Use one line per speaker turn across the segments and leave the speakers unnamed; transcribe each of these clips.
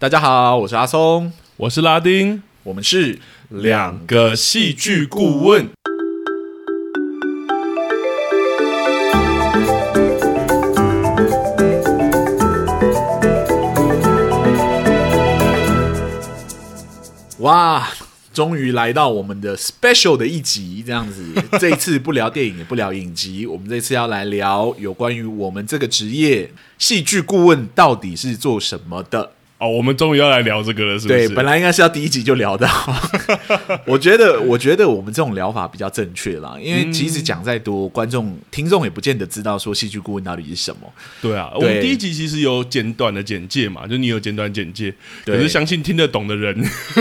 大家好，我是阿松，
我是拉丁，
我们是
两个戏剧顾问。
哇，终于来到我们的 special 的一集，这样子。 这一次不聊电影，也不聊影集，我们这次要来聊有关于我们这个职业戏剧顾问到底是做什么的。
哦，我们终于要来聊这个了，是不
对，
是？
本来应该是要第一集就聊 到。我觉得，我觉得我们这种聊法比较正确啦，因为即使讲再多，观众、听众也不见得知道说戏剧顾问到底是什 么。
对啊，我
对
们第一集其实有简短的简介嘛，就你有简短简介，
对
可是相信听得懂的人，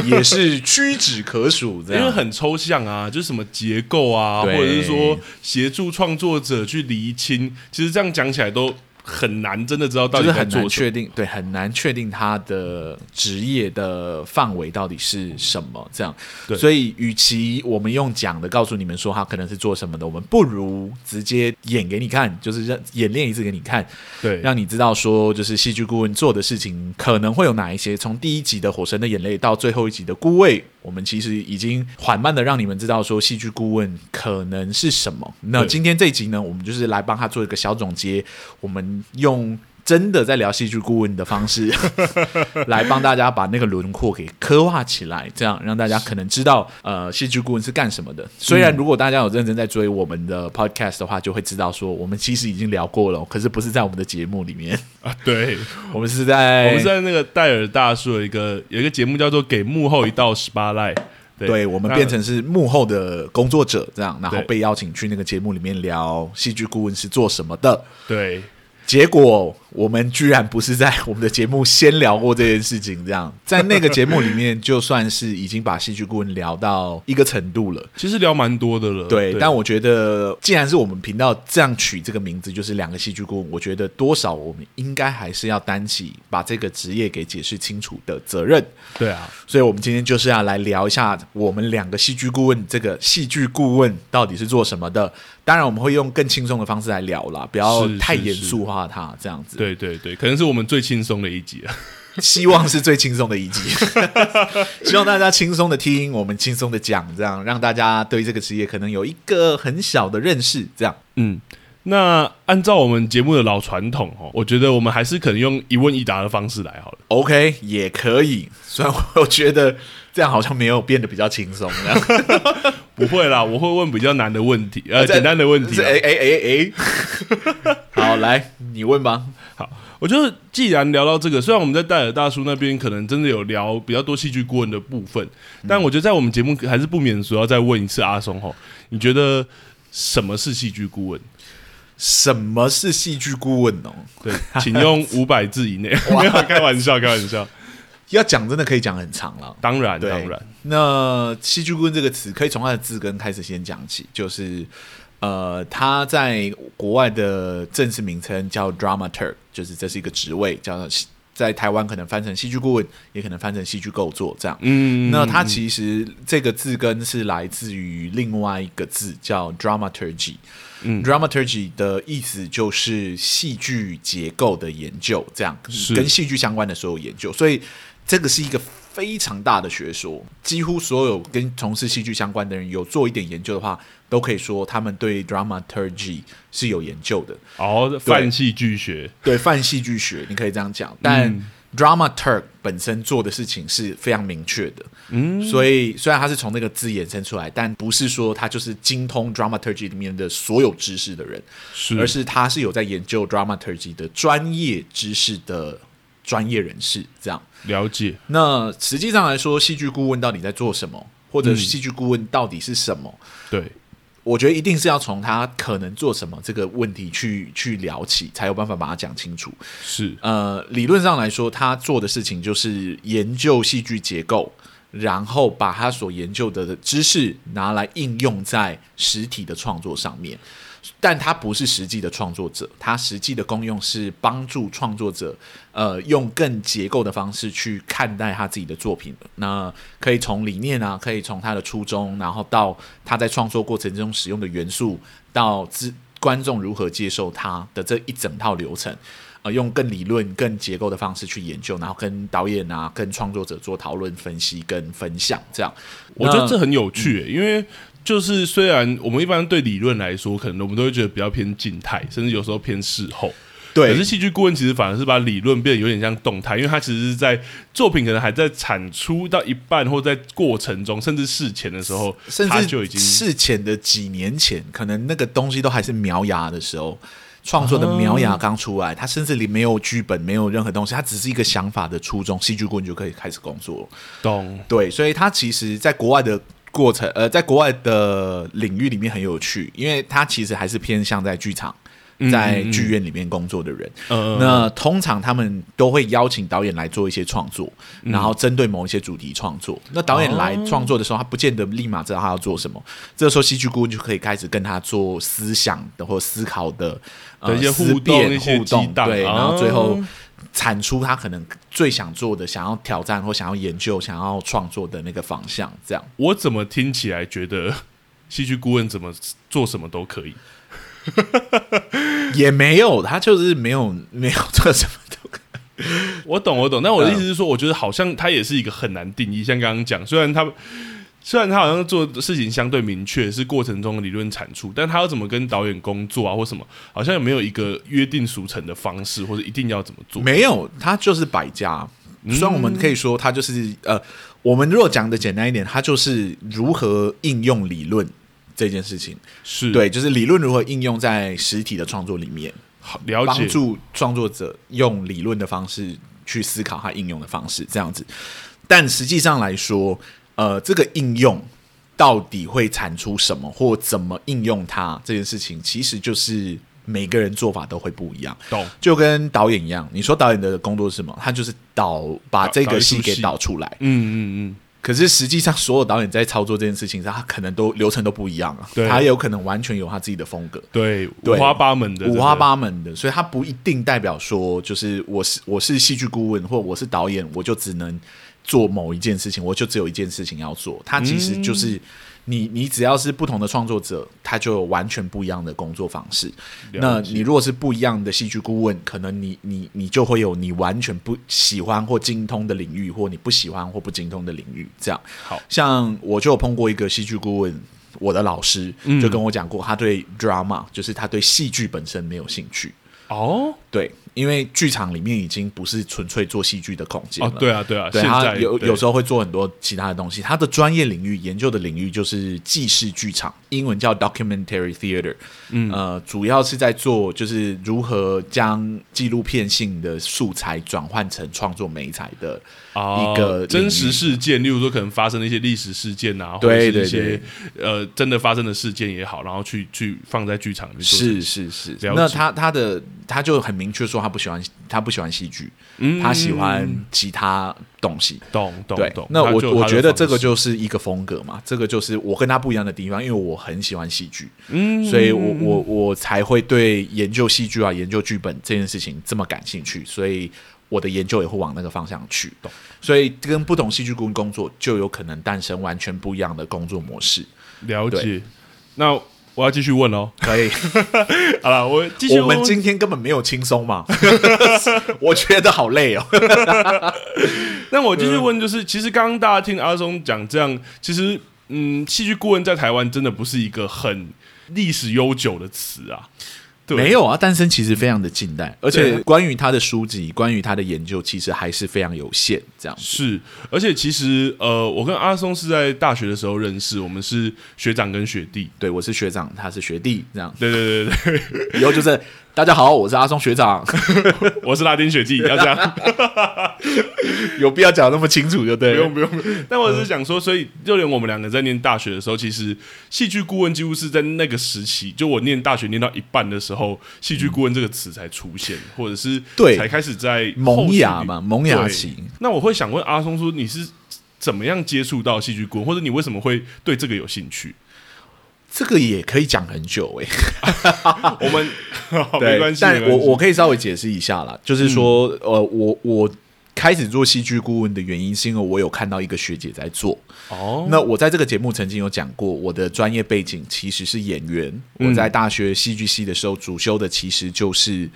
也是屈指可数，这
因为
样。
很抽象啊，就是什么结构啊，或
对
者是说协助创作者去厘清，其实这样讲起来都很难，真的知道到
就
底
是
在
很难
做什么。
确定，对，很难确定他的职业的范围到底是什么，这样。
对
所以，与其我们用讲的告诉你们说他可能是做什么的，我们不如直接演给你看，就是让演练一次给你看，
对，
让你知道说，就是戏剧顾问做的事情可能会有哪一些。从第一集的《火神的眼泪》到最后一集的《孤味》，我们其实已经缓慢的让你们知道说，戏剧顾问可能是什么。那
对
今天这一集呢，我们就是来帮他做一个小总结，我们用。真的在聊戏剧顾问的方式，来帮大家把那个轮廓给刻画起来，这样让大家可能知道，呃，戏剧顾问是干什么的。虽然如果大家有认真在追我们的 podcast 的话，就会知道说我们其实已经聊过了，可是不是在我们的节目里 面，
啊，对，
我们是在
我们在那个戴尔大叔有一个有一个节目叫做《给幕后一道十八赖》，
对我们
那
变成是幕后的工作者这样，然后
对
被邀请去那个节目里面聊戏剧顾问是做什么的。
对。
结果我们居然不是在我们的节目先聊过这件事情，这样在那个节目里面，就算是已经把戏剧顾问聊到一个程度了。
其实聊蛮多的了，
对，但我觉得，既然是我们频道这样取这个名字，就是两个戏剧顾问，我觉得多少我们应该还是要担起把这个职业给解释清楚的责任。
对啊，
所以，我们今天就是要来聊一下我们两个戏剧顾问，这个戏剧顾问到底是做什么的。当然，我们会用更轻松的方式来聊啦，不要
是是
太严肃化它，这样子。
对对对，可能是我们最轻松的一集啊了。
希望是最轻松的一集，希望大家轻松的听，我们轻松的讲，这样让大家对这个职业可能有一个很小的认识。这样，
嗯， 那按照我们节目的老传统哦，我觉得我们还是可能用一问一答的方式来好了。
OK，也可以。虽然我觉得这样好像没有变得比较轻松这样，
不会 啦，我会问比较难的问题， 呃，
这
简单的问题
是
啊。
哎哎哎 哎，好，来你问吧。
好，我觉得既然聊到这个，虽然我们在戴尔大叔那边可能真的有聊比较多戏剧顾问的部分，
嗯
但我觉得在我们节目还是不免俗要再问一次阿松吼，你觉得什么是戏剧顾问？
什么是戏剧顾问哦？
对，请用五百字以内，没有 开玩笑，开玩笑。
要讲真的可以讲很长了。
当然，
对，
当然，
那戏剧顾问这个词，可以从它的字根开始先讲起，就是呃，它在国外的正式名称叫 dramaturg，就是这是一个职位，叫做戏在台湾可能翻成戏剧顾问，也可能翻成戏剧构作这样。
嗯，
那它其实这个字根是来自于另外一个字叫 dramaturgy，
嗯
dramaturgy 的意思就是戏剧结构的研究，这样
是
跟戏剧相关的所有研究，所以这个是一个。非常大的学说，几乎所有跟从事戏剧相关的人有做一点研究的话，都可以说他们对 dramaturgy 是有研究的。
哦，泛戏剧学，
对泛戏剧学，你可以这样讲，但 dramaturg 本身做的事情是非常明确的，嗯，所以虽然它是从那个字衍生出来，但不是说他就是精通 dramaturgy 里面的所有知识的人，
是
而是他是有在研究 dramaturgy 的专业知识的专业人士。这样，
了解，
那实际上来说，戏剧顾问到底在做什么，或者戏剧顾问到底是什么？
对，
我觉得一定是要从他可能做什么这个问题去去聊起，才有办法把它讲清楚。
是，
呃，理论上来说，他做的事情就是研究戏剧结构，然后把他所研究的知识拿来应用在实体的创作上面。但他不是实际的创作者，他实际的功用是帮助创作者，呃，用更结构的方式去看待他自己的作品。那可以从理念啊，可以从他的初衷，然后到他在创作过程中使用的元素，到知观众如何接受他的这一整套流程。呃用更理论、更结构的方式去研究，然后跟导演啊、跟创作者做讨论、分析跟分享。这样，
我觉
那
得这很有趣、因为就是虽然我们一般对理论来说，可能我们都会觉得比较偏静态，甚至有时候偏事后。可
对
是戏剧顾问其实反而是把理论变得有点像动态，因为它其实是在作品可能还在产出到一半，或在过程中，甚至事前的时候，
甚
它
至
就已经
事前的几年前，可能那个东西都还是苗芽的时候，创作的苗芽刚出来，他甚至里没有剧本，没有任何东西，他只是一个想法的初衷，戏剧顾问就可以开始工作了。
懂。
对，所以他其实在国外的过程，呃，在国外的领域里面很有趣，因为他其实还是偏向在剧场。在
嗯嗯
剧院里面工作的人，
嗯
那通常他们都会邀请导演来做一些创作，
嗯
然后针对某一些主题创作。那导演来创作的时候，他不见得立马知道他要做什么，这时候戏剧顾问就可以开始跟他做思想的或思考的呃
的一些
思
互动
辨
一些
互动
激荡
对，然后最后
哦
产出他可能最想做的、想要挑战或想要研究、想要创作的那个方向。这样，
我怎么听起来觉得戏剧顾问怎么做什么都可以？
也没有，他就是没有没有做什么都可以
我懂，我懂。但我的意思是说，我觉得好像它也是一个很难定义。像刚刚讲，虽然它虽然它好像做的事情相对明确，是过程中的理论产出，但它要怎么跟导演工作啊，或什么，好像也没有一个约定俗成的方式，或者一定要怎么做。
没有，他就是百家。虽然我们可以说他就是呃，我们若讲的简单一点，他就是如何应用理论这件事情。
是
对，就是理论如何应用在实体的创作里面，
好了解
帮助创作者用理论的方式去思考它应用的方式，这样子。但实际上来说，呃，这个应用到底会产出什么，或怎么应用它这件事情，其实就是每个人做法都会不一样。
懂。
就跟导演一样，你说导演的工作是什么？他就是导把
导
这个戏
导一出
给
戏
导出来。
嗯嗯嗯，
可是实际上，所有导演在操作这件事情上，他可能都流程都不一样啊，
对
他有可能完全有他自己的风格。
对，五
对
花八门的，
五花八门的，所以它不一定代表说，就是我是我是戏剧顾问或我是导演，我就只能做某一件事情，我就只有一件事情要做。它其实就是、
嗯
你，你只要是不同的创作者，他就有完全不一样的工作方式。
真的。
那
了解
你如果是不一样的戏剧顾问，可能你你你就会有你完全不喜欢或精通的领域，或你不喜欢或不精通的领域。这样，
好
像我就有碰过一个戏剧顾问，我的老师
嗯
就跟我讲过，他对 drama 就是他对戏剧本身没有兴趣。
哦
对，因为剧场里面已经不是纯粹做戏剧的空间
哦
了。，
对啊对啊，
对
现
他
在
有
对
有时候会做很多其他的东西。他的专业领域研究的领域就是纪实剧场，英文叫 documentary theater。嗯，呃，主要是在做就是如何将纪录片性的素材转换成创作美材的
哦
一个领域
真实事件，例如说可能发生的一些历史事件啊，或者
对
是一些
对
呃真的发生的事件也好，然后去去放在剧场里面做
是
成。
是是，
了解
那他他的他就很明确说他不喜欢他不喜欢戏剧，
嗯
他喜欢其他东西。
懂懂
对
懂。，
那
他
我
就
我
他的
觉得
方
这个
式
就是一个风格嘛，这个就是我跟他不一样的地方，因为我很喜欢戏剧，
嗯
所以我我我才会对研究戏剧啊、研究剧本这件事情这么感兴趣，所以我的研究也会往那个方向去。所以跟不同戏剧顾问工作，就有可能诞生完全不一样的工作模 式。
了
对
解。那我要继续问哦。
可以，
好了，我继续问。
我们今天根本没有轻松 嘛，我觉得好累哦。
那我继
嗯
续问，就是其实刚刚大家听阿松讲这样，其实嗯，戏剧顾问在台湾真的不是一个很历史悠久的词啊。对
没有啊，诞生其实非常的近代，而且
对
关于他的书籍、关于他的研究，其实还是非常有限。这样子
是，而且其实呃，我跟阿松是在大学的时候认识，我们是学长跟学弟。
对我是学长，他是学弟，这样
对对对对
以后就是 大家好，我是阿松学长，
对，我是拉丁学弟，要这样，
有必要讲那么清楚就对
不
了
用。不用。但我只是
嗯
想说，所以就连我们两个在念大学的时候，其实戏剧顾问几乎是在那个时期，就我念大学念到一半的时候，戏剧顾问这个词才出现，或者是
对
才开始在后
萌
续
芽嘛，萌芽
对
期。
那我会想问阿松说，你是怎么样接触到戏剧顾问，或者你为什么会对这个有兴趣？
这个也可以讲很久诶、
我们 没
啊 对，
关系，
但我
没关系嗯
我可以稍微解释一下啦，就是说，呃，我我开始做戏剧顾问的原因，是因为我有看到一个学姐在做，
哦，
那我在这个节目曾经有讲过，我的专业
嗯
背景其实是演员。我在大学戏剧系的时候主修的其实就是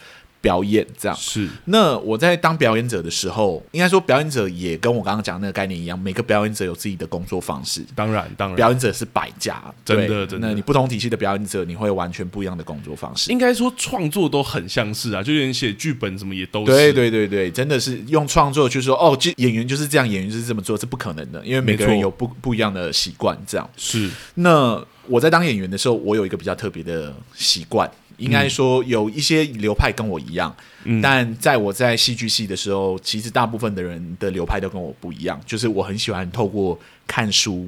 表演这样。
是
那我在当表演者的时候，应该说表演者也跟我刚刚讲的那个概念一样，每个表演者有自己的工作方式。
当然当然，
表演者是百家，
真的
对
真的
那你不同体系的表演者，你会完全不一样的工作方式。
应该说创作都很像是啊，就连写剧本什么也都是。
对对对对，真的是用创作去说哦，就演员就是这样，演员就是这么做，这不可能的，因为每个
没
人
错
有不不一样的习惯。这样，
是
那我在当演员的时候，我有一个比较特别的习惯，应该说有一些流派跟我一样，
嗯
但在我在戏剧系的时候，其实大部分的人的流派都跟我不一样，就是我很喜欢透过看书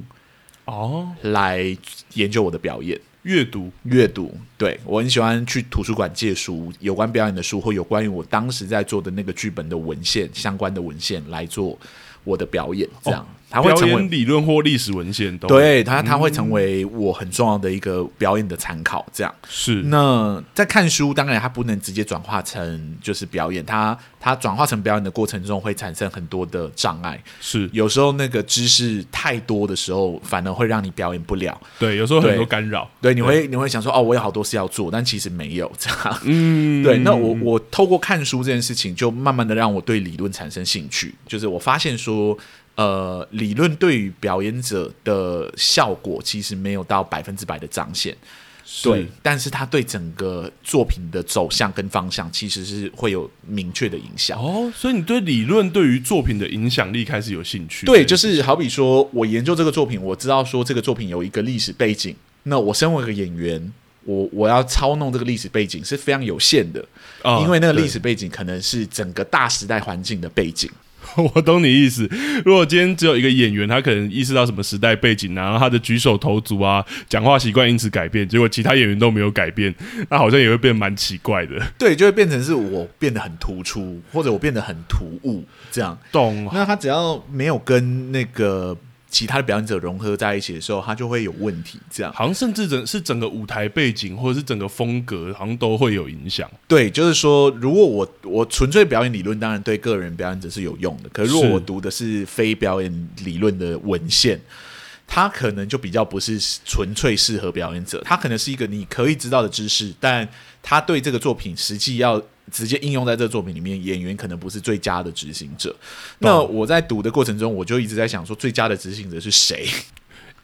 哦，
来研究我的表演。
阅读
阅读，对我很喜欢去图书馆借书，有关表演的书或有关于我当时在做的那个剧本的文献相关的文献来做我的表演，这样、它会
哦表
成为
演理论或历史文献都
对它它会成为我很重要的一个表演的参考，这样。
是
那在看书，当然它不能直接转化成就是表演，它它转化成表演的过程中会产生很多的障碍，
是，
有时候那个知识太多的时候，反而会让你表演不了。
对，有时候很
对
多干扰。
对，你会你会想说哦，我有好多事要做，但其实没有这样。
嗯，
对，那我我透过看书这件事情，就慢慢的让我对理论产生兴趣。就是我发现说，呃，理论对于表演者的效果其实没有到百分之百的彰显，
是
对，但是它对整个作品的走向跟方向其实是会有明确的影响。
哦，所以你对理论对于作品的影响力开始有兴趣？
对，就是好比说我研究这个作品，我知道说这个作品有一个历史背景，那我身为一个演员。我我要操弄这个历史背景是非常有限的，
啊
因为那个历
对
史背景可能是整个大时代环境的背景。
我懂你意思。如果今天只有一个演员，他可能意识到什么时代背景啊，然后他的举手投足啊、讲话习惯因此改变，结果其他演员都没有改变，那好像也会变蛮奇怪的。
对，就会变成是我变得很突出，或者我变得很突兀这样。
懂
那他只要没有跟那个其他的表演者融合在一起的时候，他就会有问题。这样
好像甚至整是整个舞台背景或者是整个风格，好像都会有影响。
对，就是说，如果我我纯粹表演理论，当然对个人表演者是有用的。可是如果
是
我读的是非表演理论的文献。它可能就比较不是纯粹适合表演者，它可能是一个你可以知道的知识，但他对这个作品实际要直接应用在这个作品里面，演员可能不是最佳的执行者。那我在读的过程中，我就一直在想说，最佳的执行者是谁？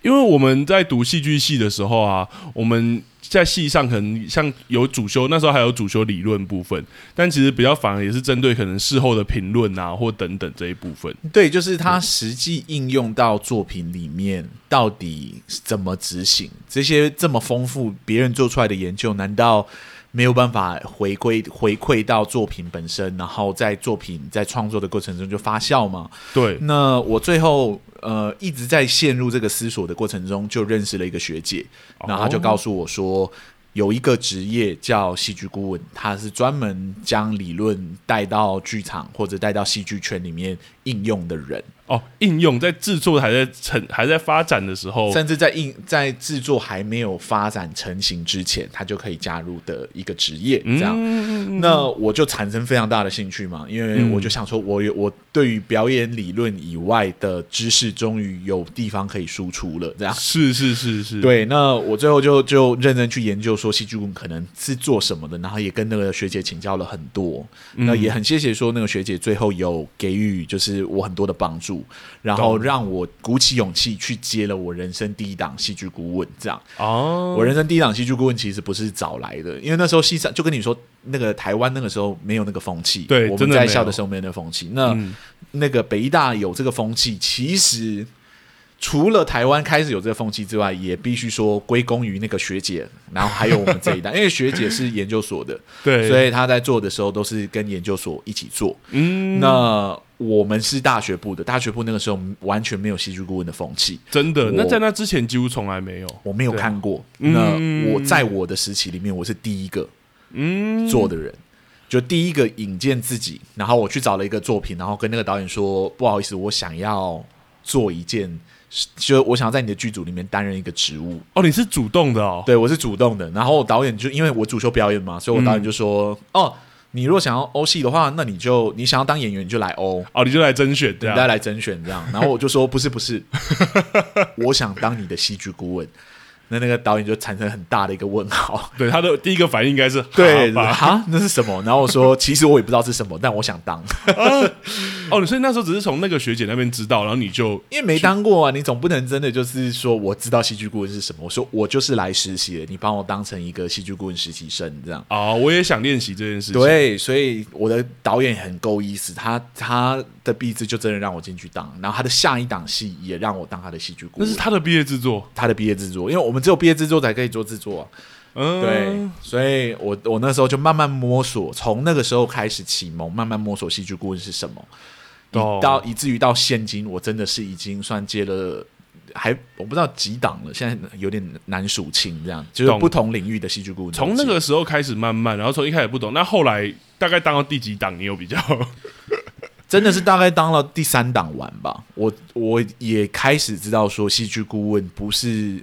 因为我们在读戏剧系的时候啊，我们在戏上可能像有主修，那时候还有主修理论部分，但其实比较反而也是针对可能事后的评论啊，或等等这一部分。
对，就是它实际应用到作品里面，到底怎么执行？这些这么丰富，别人做出来的研究，难道没有办法回归回馈到作品本身，然后在作品在创作的过程中就发酵吗？
对，
那我最后呃一直在陷入这个思索的过程中，就认识了一个学姐，
哦
然后她就告诉我说。有一个职业叫戏剧顾问，他是专门将理论带到剧场或者带到戏剧圈里面应用的人，
哦，应用在制作还在成还在发展的时候，
甚至在应在制作还没有发展成型之前，他就可以加入的一个职业。这样，那我就产生非常大的兴趣嘛，因为我就想说我有，我对于表演理论以外的知识，终于有地方可以输出了。这样，
是是是是，，
对，那我最后就就认真去研究说戏剧顾问可能是做什么的，然后也跟那个学姐请教了很多，那也很谢谢说那个学姐最后有给予就是我很多的帮助，然后让我鼓起勇气去接了我人生第一档戏剧顾问这样。
哦，
我人生第一档戏剧顾问其实不是找来的，因为那时候戏上就跟你说，那个台湾那个时候没有那个风气，
对
我
真
们
的
在
没
校
有
的时候没有那个风气。那、
嗯
那个北医大有这个风气，其实除了台湾开始有这个风气之外，也必须说归功于那个学姐，然后还有我们这一 代，因为学姐是研究所的，
对，
所以她在做的时候都是跟研究所一起做。
嗯，
那我们是大学部的，大学部那个时候完全没有戏剧顾问的风气，
真的，那
我
在那之前几乎从来没有，
我没有
对
看过。
嗯
那我在我的时期里面，我是第一个
嗯，
做的人，就第一个引荐自己，然后我去找了一个作品，然后跟那个导演说，不好意思，我想要做一件，就我想要在你的剧组里面担任一个职务。
哦，你是主动的哦，
对我是主动的，然后导演就因为我主修表演嘛，所以我导演就说，哦，你如果想要欧戏的话，那你就你想要当演员你就来欧。
哦，你就来甄选，对
大家
啊，
来甄选这样，然后我就说不是不是，我想当你的戏剧顾问，那那个导演就产生很大的一个问号。
对他的第一个反应应该是
对，
哈吧？
哈，那是什么？然后我说，其实我也不知道是什么，但我想当，
哦，所以那时候只是从那个学姐那边知道，然后你就
因为没当过啊，你总不能真的就是说我知道戏剧顾问是什么。我说我就是来实习的，你帮我当成一个戏剧顾问实习生这样。
啊、我也想练习这件事情。
对，所以我的导演很够意思，他他的毕制就真的让我进去当，然后他的下一档戏也让我当他的戏剧顾
那
问，
是他的毕业制作。
他的毕业制作，因为我们只有毕业制作才可以做制作啊、
嗯，
对，所以我我那时候就慢慢摸索，从那个时候开始启蒙，慢慢摸索戏剧顾问是什么，以
懂
到以至于到现今，我真的是已经算接了。还我不知道几档了，现在有点难数清，这样就是
懂
不同领域的戏剧顾问都
从那
接
个时候开始慢慢，然后从一开始不懂，那后来大概当到第几档，你有比 较
真的是大概当了第三档完吧，我我也开始知道说戏剧顾问不是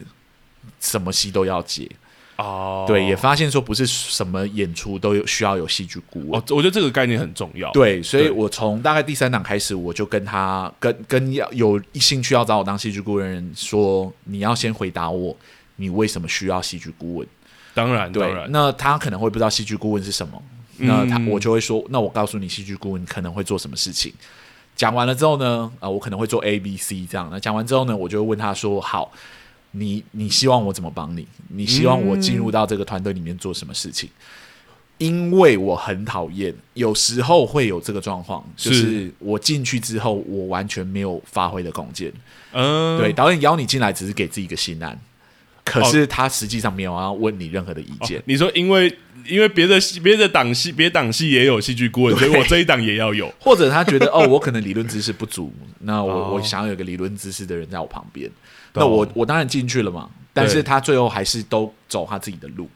什么戏都要接，
哦，
对，也发现说不是什么演出都有需要有戏剧顾问。
哦，我觉得这个概念很重要。，
对，所以
对
我从大概第三档开始，我就跟他跟跟要有兴趣要找我当戏剧顾问的人说，你要先回答我，你为什么需要戏剧顾问？
当然当
对
然，，
那他可能会不知道戏剧顾问是什么，那他、
嗯
我就会说，那我告诉你戏剧顾问可能会做什么事情。讲完了之后呢，呃，我可能会做 A、B、C 这样。那讲完之后呢，我就会问他说：“好，你你希望我怎么帮你？你希望我进入到这个团队里面做什么事情？”因为我很讨厌，有时候会有这个状况，就是
是
我进去之后，我完全没有发挥的空间。
嗯，
对，导演邀你进来只是给自己一个心安，可是他实际上没有要问你任何的意见
哦。你说因为因为别的戏别的档戏别档戏也有戏剧顾问，所以我这一档也要有。
或者他觉得哦，我可能理论知识不 足，那我、
哦
我想要有个理论知识的人在我旁边，
懂
那我我当然进去了嘛。但是
对
他最后还是都走他自己的路。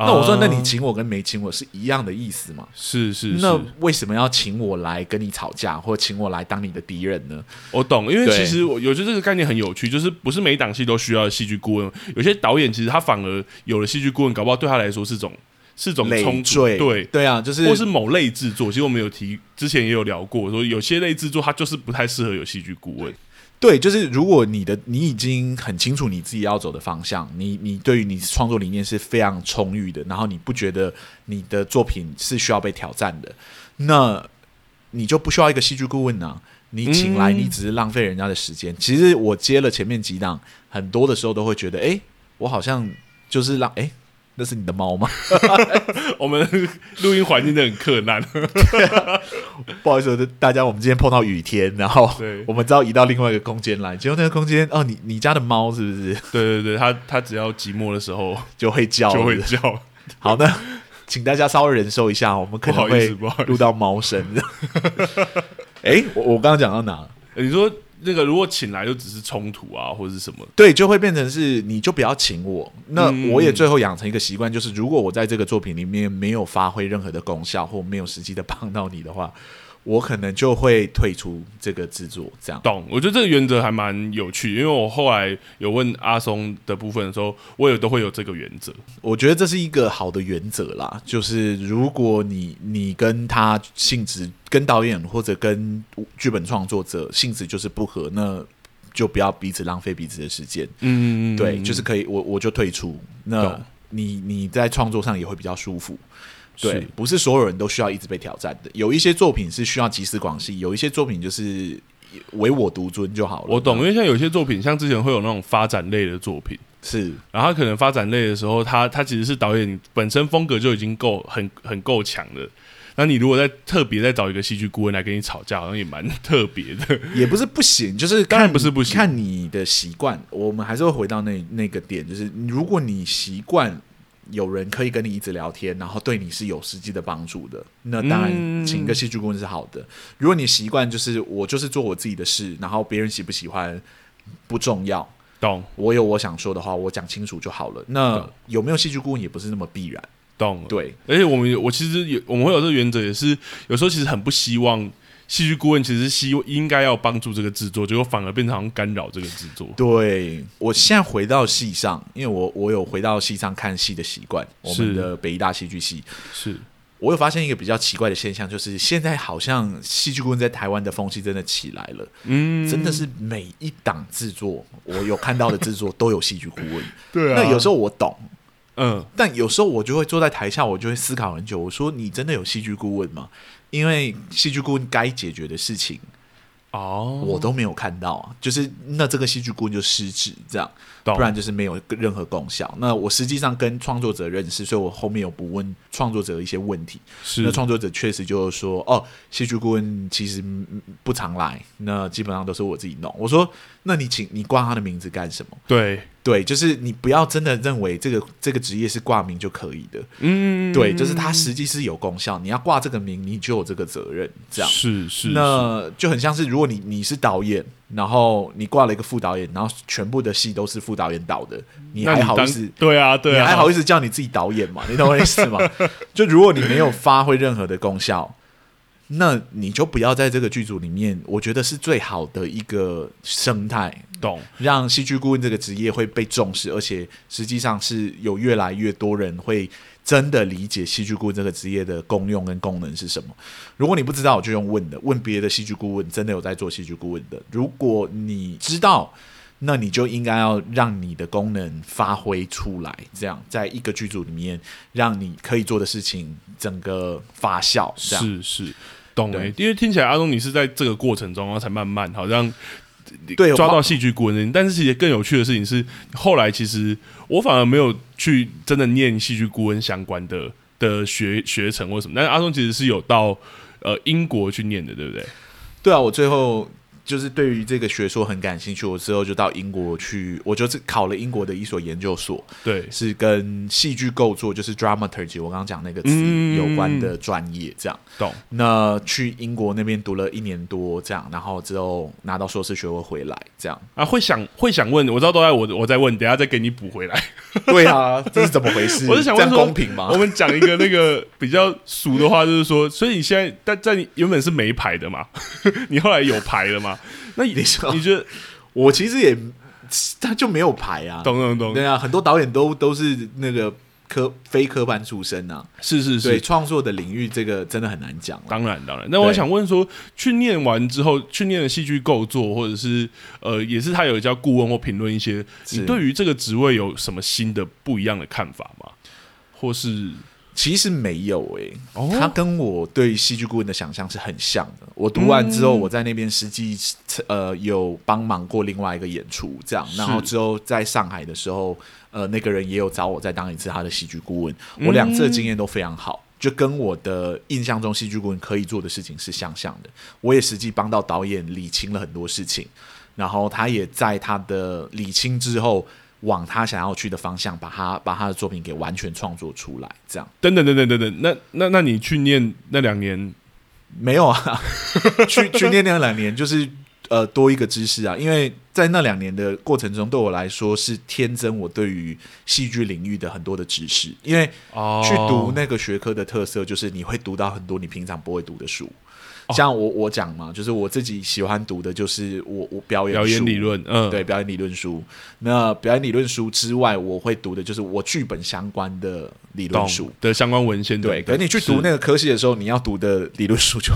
那我说，
啊
那你请我跟没请我是一样的意思嘛？
是是是，
那为什么要请我来跟你吵架，或请我来当你的敌人呢？
我懂，因为
对
其实我我觉得这个概念很有趣，就是不是每一档戏都需要戏剧顾问，有些导演其实他反而有了戏剧顾问，搞不好对他来说是种是种
累
冲突，
赘，
对。
对啊，就是
或是某类制作，其实我们有提，之前也有聊过，说有些类制作它就是不太适合有戏剧顾问，
对，就是如果你的你已经很清楚你自己要走的方向，你你对于你创作理念是非常充裕的，然后你不觉得你的作品是需要被挑战的，那你就不需要一个戏剧顾问啊。你请来，
嗯
你只是浪费人家的时间。其实我接了前面几档，很多的时候都会觉得，哎，我好像就是让，哎，那是你的猫吗？
我们录音环境真的很困 难。
不好意思，大家，我们今天碰到雨天，然后
对
我们知道移到另外一个空间来，结果那个空间，哦，你你家的猫是不是
对对对，他他只要寂寞的时候
就会叫？
就
对不
会
对
叫，
好，那请大家稍微忍受一下，我们可能
不好意
会
思不好意思
录到猫声。 哎、我我刚刚讲到哪了？
你说那个如果请来就只是冲突啊，或者是什么？
对，就会变成是你就不要请我。那
嗯
我也最后养成一个习惯，就是如果我在这个作品里面没有发挥任何的功效，或没有实际的帮到你的话，我可能就会退出这个制作。这样
懂，我觉得这个原则还蛮有趣，因为我后来有问阿松的部分的时候，我也都会有这个原则。
我觉得这是一个好的原则啦，就是如果你你跟他性质、跟导演或者跟剧本创作者性质就是不合，那就不要彼此浪费彼此的时间。
嗯，
对，就是可以，我我就退出。那
懂
你你在创作上也会比较舒服。对
是，
不是所有人都需要一直被挑战的，有一些作品是需要集思广益，有一些作品就是唯我独尊就好了。
我懂，因为像有些作品，像之前会有那种发展类的作品，
是
然后他可能发展类的时候，他他其实是导演本身风格就已经够很很够强的。那你如果再特别再找一个戏剧顾问来跟你吵架，好像也蛮特别的。
也不是不行，就是看
当然不是不行
看你的习惯。我们还是会回到那那个点，就是如果你习惯有人可以跟你一直聊天，然后对你是有实际的帮助的，那当然
嗯
请一个戏剧顾问是好的。如果你习惯就是我就是做我自己的事，然后别人喜不喜欢不重要，
懂
我有我想说的话，我讲清楚就好了。那
懂
有没有戏剧顾问也不是那么必然，
懂，
对。
而且我们有我其实有我们会有这个原则，也是有时候其实很不希望戏剧顾问其实希应该要帮助这个制作，结果反而变成好像干扰这个制作。
对我现在回到戏上，因为我我有回到戏上看戏的习惯，我
是
们的北医大戏剧系，
是
我有发现一个比较奇怪的现象，就是现在好像戏剧顾问在台湾的风气真的起来了，
嗯，
真的是每一档制作，我有看到的制作都有戏剧顾问。
对啊。
那有时
候，
候我懂，
嗯，
但有时候我就会坐在台下，我就会思考很久。我说：“你真的有戏剧顾问吗？”因为戏剧顾问该解决的事情，
哦，
我都没有看到啊。就是那这个戏剧顾问就失职，这样，
懂
不然就是没有任何功效。那我实际上跟创作者认识，所以我后面有不问创作者一些问题。那
是
创作者确实就是说，哦，戏剧顾问其实嗯嗯不常来，那基本上都是我自己弄。我说，那你请你挂他的名字干什么？
对，
对，就是你不要真的认为这个这个职业是挂名就可以的，
嗯，
对，就是它实际是有功效。你要挂这个名，你就有这个责任，这样。
是是，
那就很像是，如果你你是导演，然后你挂了一个副导演，然后全部的戏都是副导演导的，
是
你
那
还好
当
意思？
对啊，对
你
啊，
还好意思叫你自己导演嘛？你懂我意思 吗？就如果你没有发挥任何的功效，那你就不要在这个剧组里面，我觉得是最好的一个生态，
懂，
让戏剧顾问这个职业会被重视，而且实际上是有越来越多人会真的理解戏剧顾问这个职业的功用跟功能是什么。如果你不知道，我就用问的，问别的戏剧顾问，真的有在做戏剧顾问的。如果你知道，那你就应该要让你的功能发挥出来，这样在一个剧组里面，让你可以做的事情整个发酵，这样
是是，懂
对
诶，因为听起来阿东你是在这个过程中，然后才慢慢好像
对
抓到
我
戏剧顾问的人，但是其实更有趣的事情是，后来其实我反而没有去真的念戏剧顾问相关的的学学程或什么，但是阿东其实是有到呃英国去念的，对不对？
对啊，我最后就是对于这个学说很感兴趣，我之后就到英国去，我就是考了英国的一所研究所，
对，
是跟戏剧构作，就是 dramaturgy，我刚刚讲那个词
嗯
有关的专业，这样。
懂，
那去英国那边读了一年多，这样，然后之后拿到硕士学位回来，这样。
啊，会想会想问，我知道都在我我在问，等一下再给你补回来。
对啊，这是怎么回 事？
我是想
这
问
样
说，
公平吗
我？们讲一个那个比较俗的话，就是说，所以你现在但在你原本是没牌的嘛， 你后来有牌了嘛？那你
你说
你觉得
我其实也他就没有牌啊，
懂懂懂？
对啊，很多导演都都是那个科非科班出身啊，
是是
对
是，
创作的领域这个真的很难讲啊了。
当然当然。那我想问说，去念完之后，去念了戏剧构作，或者是呃，也是他有叫顾问或评论一些，
是
你对于这个职位有什么新的不一样的看法吗？或是
其实没有诶、
哦
他跟我对戏剧顾问的想象是很像的。我读完之后，
嗯
我在那边实际呃有帮忙过另外一个演出，这样，
是
然后之后在上海的时候，呃，那个人也有找我再当一次他的戏剧顾问，
嗯
我两次的经验都非常好。就跟我的印象中戏剧顾问可以做的事情是相像的，我也实际帮到导演理清了很多事情，然后他也在他的理清之后，往他想要去的方向，把他把他的作品给完全创作出来，这样。
等等等等等等，那那那你去念那两年，
没有啊， 去去念那两年就是呃多一个知识啊，因为在那两年的过程中，对我来说是天真我对于戏剧领域的很多的知识，因为
哦
去读那个学科的特色就是你会读到很多你平常不会读的书。
哦
像我我讲嘛，就是我自己喜欢读的，就是我我表演
表演
书
理论，嗯，
对表演理论书。那表演理论书之外，我会读的就是我剧本相关的理论
懂
书。
的相关文献等
对，
等。
可是你去读那个科系的时候，你要读的理论书就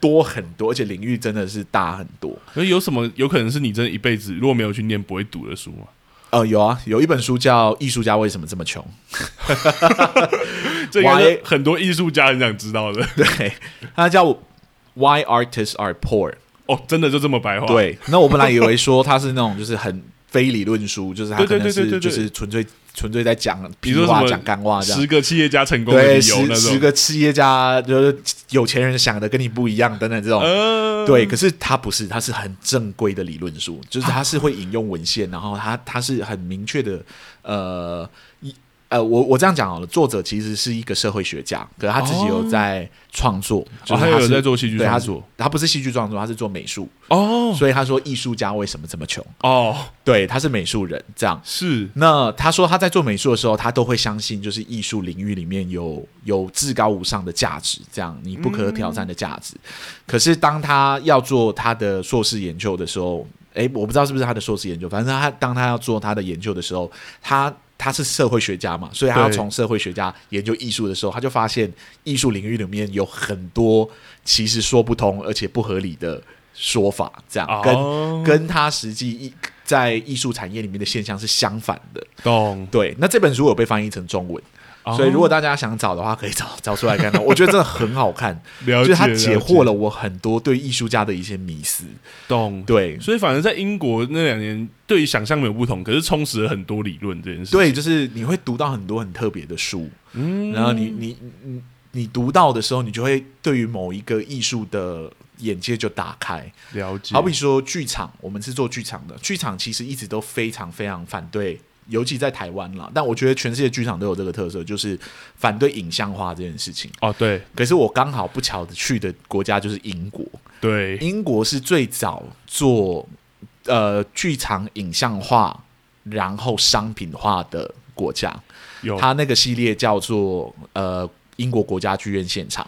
多很多，而且领域真的是大很多。
是，可是有什么有可能是你真的一辈子如果没有去念不会读的书吗？
呃，有啊，有一本书叫《艺术家为什么这么穷》，
这应该是
Why-
很多艺术家很想知道的。
对，它叫 Why Artists Are Poor。
哦，真的就这么白话？，
对，那我本来以为说它是那种就是很非理论书，就是它
对
可
对
能
对对
是
对对
就是纯粹纯粹在讲屁
比如说什
话、
么
讲干啊话这样
十。个企业家成功的
对，
理由
十
那种。
十个企业家就是有钱人想的跟你不一样等等这种，
呃，
对，可是它不是，它是很正规的理论书，就是
啊
它是会引用文献，然后它它是很明确的，呃，一呃，我我这样讲好了，作者其实是一个社会学家，可是他自己有在创作，就
哦，
是
还
他
有
是
在做戏剧
对，
创
他是
作。
他不是戏剧创作，他是做美术，
哦
所以他说艺术家为什么这么穷？
哦，
对，他是美术人，这样。
是
那他说他在做美术的时候，他都会相信，就是艺术领域里面有有至高无上的价值，这样你不可挑战的价值。可是当他要做他的硕士研究的时候，诶，我不知道是不是他的硕士研究，反正他当他要做他的研究的时候，他他是社会学家嘛，所以他要
对
从社会学家研究艺术的时候，他就发现艺术领域里面有很多其实说不通而且不合理的说法，这样、
哦
跟跟他实际艺在艺术产业里面的现象是相反的。
懂。
对，那这本书有被翻译成中文，
哦
所以如果大家想找的话，可以找找出来看看。我觉得真的很好看，
了
就
解
是它解惑
了
了我很多对艺术家的一些迷思。
解，懂。
对，
所以反而在英国那两年，对于想象没有不同，可是充实了很多理论这件事。，
对，就是你会读到很多很特别的书，嗯，然后你你你你读到的时候，你就会对于某一个艺术的眼界就打开。
了解。
好比说剧场，我们是做剧场的，剧场其实一直都非常非常反对，尤其在台湾啦。但我觉得全世界剧场都有这个特色，就是反对影像化这件事情。
哦，对
可是我刚好不巧的去的国家就是英国，
对，
英国是最早做呃剧场影像化，然后商品化的国家。
有
它那个系列叫做呃英国国家剧院现场，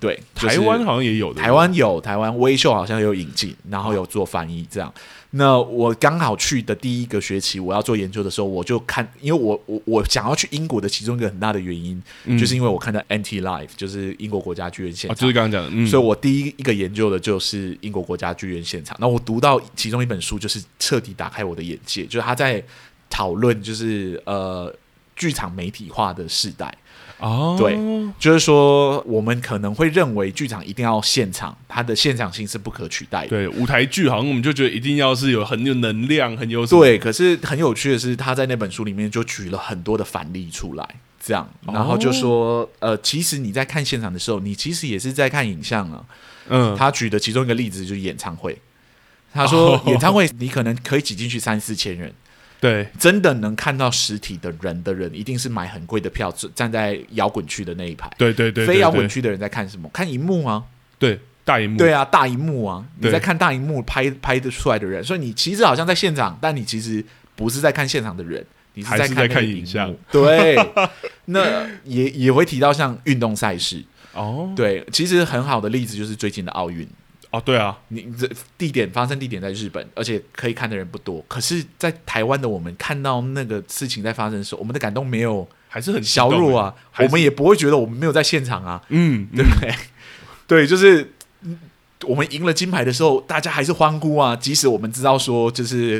对，就是
台湾好像也有的，
台湾有台湾微秀好像有引进，然后有做翻译这样。那我刚好去的第一个学期，我要做研究的时候，我就看，因为我我我想要去英国的其中一个很大的原因，
嗯
就是因为我看到 Anti Life，就是英国国家剧院现
哦，
场，
就是刚刚讲的，嗯，
所以我第一一个研究的就是英国国家剧院现场。那我读到其中一本书，就是彻底打开我的眼界，就是他在讨论就是呃剧场媒体化的时代。
哦，
对就是说，我们可能会认为剧场一定要现场，它的现场性是不可取代的。
对，舞台剧好像我们就觉得一定要是有很有能量，很有什么
对，可是很有趣的是，他在那本书里面就举了很多的反例出来，这样，
哦
然后就说，呃，其实你在看现场的时候，你其实也是在看影像啊。
嗯，
他举的其中一个例子就是演唱会，他说
哦
演唱会你可能可以挤进去三四千人，
对
真的能看到实体的人的人，一定是买很贵的票，站在摇滚区的那一排。
对对对，
非摇
对
滚，区的人在看什么？看荧幕啊。
对大荧幕，
对啊，大荧幕啊，你
对
在看大荧幕拍拍得出来的人，所以你其实好像在现场，但你其实不是在看现场的人，你
还
在
是
看
在
那
看
个
影
幕
像。
对， 那也也会提到像运动赛事，
哦，
对，其实很好的例子就是最近的奥运，
哦，对啊，
你这地点发生地点在日本，而且可以看的人不多，可是，在台湾的我们看到那个事情在发生的时候，我们的感动没有
还是很激
削
动欸
弱啊，
还
我
是
们也不会觉得我们没有在现场啊，
欸，嗯，
对不对？对，就是嗯我们赢了金牌的时候，大家还是欢呼啊，即使我们知道说就是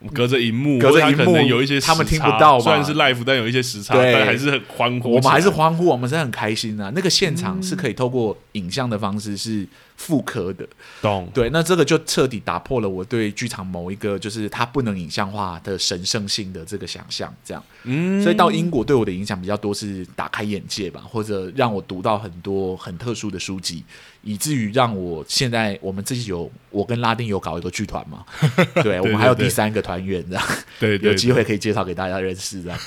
嗯隔着荧幕，
隔着
或者它
荧幕
可能有一些时差
他们听不到嘛
虽然是 live，但有一些时差，
对
但还是很欢呼起来，嗯
我们还是欢呼，我们是很开心啊。那个现场是可以透过影像的方式是复刻的，
懂，
对，那这个就彻底打破了我对剧场某一个就是它不能影像化的神圣性的这个想象，这样。
嗯，
所以到英国对我的影响比较多是打开眼界吧，或者让我读到很多很特殊的书籍，以至于让我现在我们自己有我跟拉丁有搞一个剧团 嘛，对我们还有第三个团员这样，
对对，
有机会可以介绍给大家认识这 样。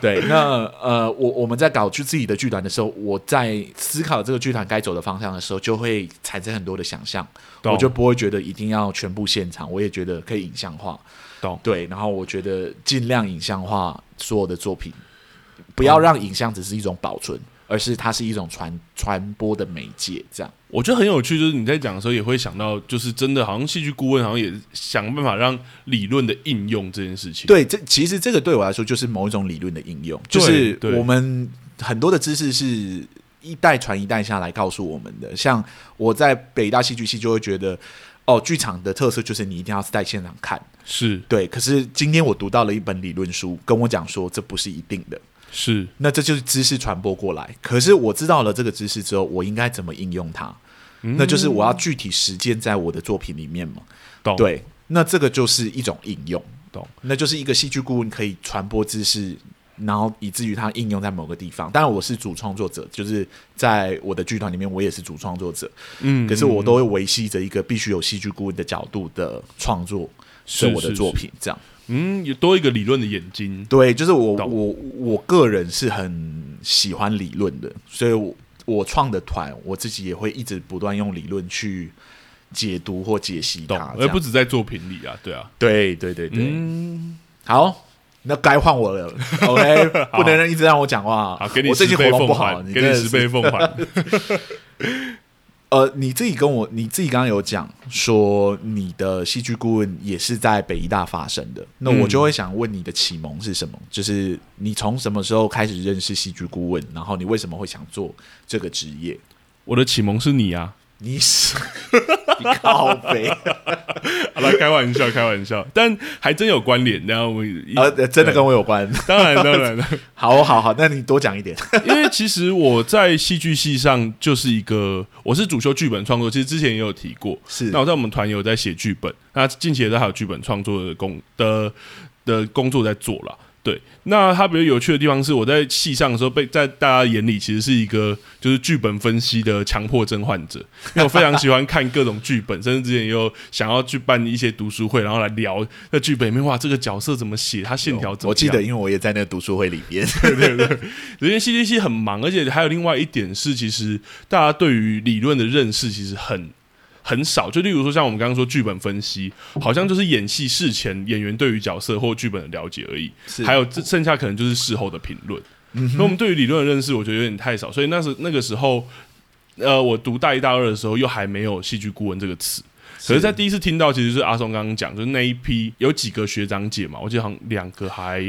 对，那呃，我我们在搞去自己的剧团的时候，我在思考这个剧团该走的方向的时候，就会产生很多的想象，
懂
我就不会觉得一定要全部现场，我也觉得可以影像化。
懂
对，然后我觉得尽量影像化所有的作品，不要让影像只是一种保存，而是它是一种传传播的媒介。这样，
我觉得很有趣，就是你在讲的时候也会想到，就是真的好像戏剧顾问好像也想办法让理论的应用这件事情。
对，这其实这个对我来说就是某一种理论的应用，就是
对对
我们很多的知识是。一代传一代下来告诉我们的，像我在北大戏剧系就会觉得，哦，剧场的特色就是你一定要在现场看，
是
对。可是今天我读到了一本理论书，跟我讲说这不是一定的，
是
那这就是知识传播过来。可是我知道了这个知识之后，我应该怎么应用它？
嗯
那就是我要具体实践在我的作品里面嘛。
懂
对，那这个就是一种应用，
哦懂？
那就是一个戏剧顾问可以传播知识，然后以至于它应用在某个地方。当然，我是主创作者，就是在我的剧团里面，我也是主创作者。
嗯
可是我都会维系着一个必须有戏剧顾问的角度的创作，是我的
是
作
是
品这样。
嗯，也多一个理论的眼睛。
对，就是我
懂
我我个人是很喜欢理论的，所以我我创的团，我自己也会一直不断用理论去解读或解析
懂，
它。这
而
样
不止在作品里啊，对啊，
对对对对，
嗯，
好。那该换我 了，OK，不能让一直让我讲话。
好，给你
我最
十
近喉
倍
咙
奉
不好，
还，
你
给
真
你
的
十
是
倍奉还，
呃，你自己跟我，你自己刚刚有讲说你的戏剧顾问也是在北医大发生的，那
嗯
我就会想问你的启蒙是什么？就是你从什么时候开始认识戏剧顾问，然后你为什么会想做这个职业？
我的启蒙是你啊，
你 是你靠北，
好了，开玩笑，开玩笑，但还真有关联。然后我一
呃，呃真的跟我有关。
当然当然，
好好好，那你多讲一点。
因为其实我在戏剧系上就是一个，我是主修剧本创作，其实之前也有提过。
是
那我在我们团也有在写剧本，那近期也在还有剧本创作的工的的工作在做了。对，那它比较有趣的地方是，我在戏上的时候被在大家眼里其实是一个就是剧本分析的强迫症患者，因为我非常喜欢看各种剧本，甚至之前也有想要去办一些读书会，然后来聊那剧本里面哇这个角色怎么写，他线条怎么样。
哦我记得，因为我也在那个读书会里 边。
因为 CDC 很忙，而且还有另外一点是，其实大家对于理论的认识其实很很少。就例如说，像我们刚刚说剧本分析，好像就是演戏事前演员对于角色或剧本的了解而已，
是
还有这剩下可能就是事后的评论。那我们对于理论的认识，我觉得有点太少，所以那时那个时候，呃，我读大一大二的时候，又还没有戏剧顾问这个词。可是，在第一次听到，其实是阿松刚刚讲，就是那一批有几个学长姐嘛，我记得好像两个还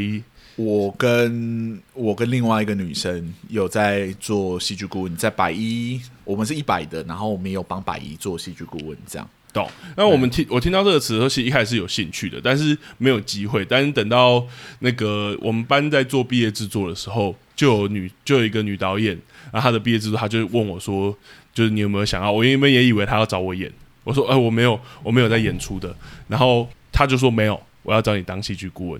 我跟我跟另外一个女生有在做戏剧顾问，在百一，我们是一百的，然后我们也有帮百一做戏剧顾问，这样
懂。那我们听我听到这个词的时候，其实一开始是有兴趣的，但是没有机会。但是等到那个我们班在做毕业制作的时候，就有女就有一个女导演，然后她的毕业制作，她就问我说，就是你有没有想要？我原本也以为她要找我演，我说，哎、我没有，我没有在演出的。然后她就说没有，我要找你当戏剧顾问。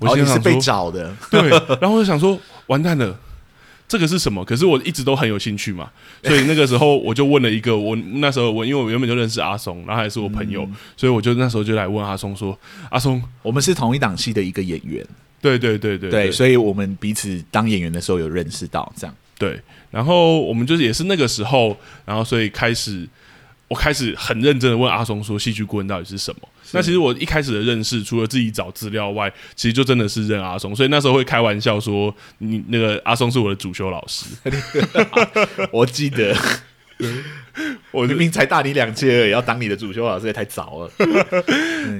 我
哦，
心
你
里
是
想
被
说，
找 的，
对，然后我就想说，完蛋了。这个是什么？可是我一直都很有兴趣嘛，所以那个时候我就问了一个，我那时候我因为我原本就认识阿松，然后他也是我朋友，所以我就那时候就来问阿松说：“阿松，
我们是同一档戏的一个演员，
对对对对
对，所以我们彼此当演员的时候有认识到， 这样
对。”然后我们就是也是那个时候，然后所以开始我开始很认真的问阿松说：“戏剧顾问到底是什么？”那其实我一开始的认识，除了自己找资料外，其实就真的是认阿松，所以那时候会开玩笑说：“你那个阿松是我的主修老师。
我记 得。
我
明明才大你两届而已，要当你的主修老师也太早了。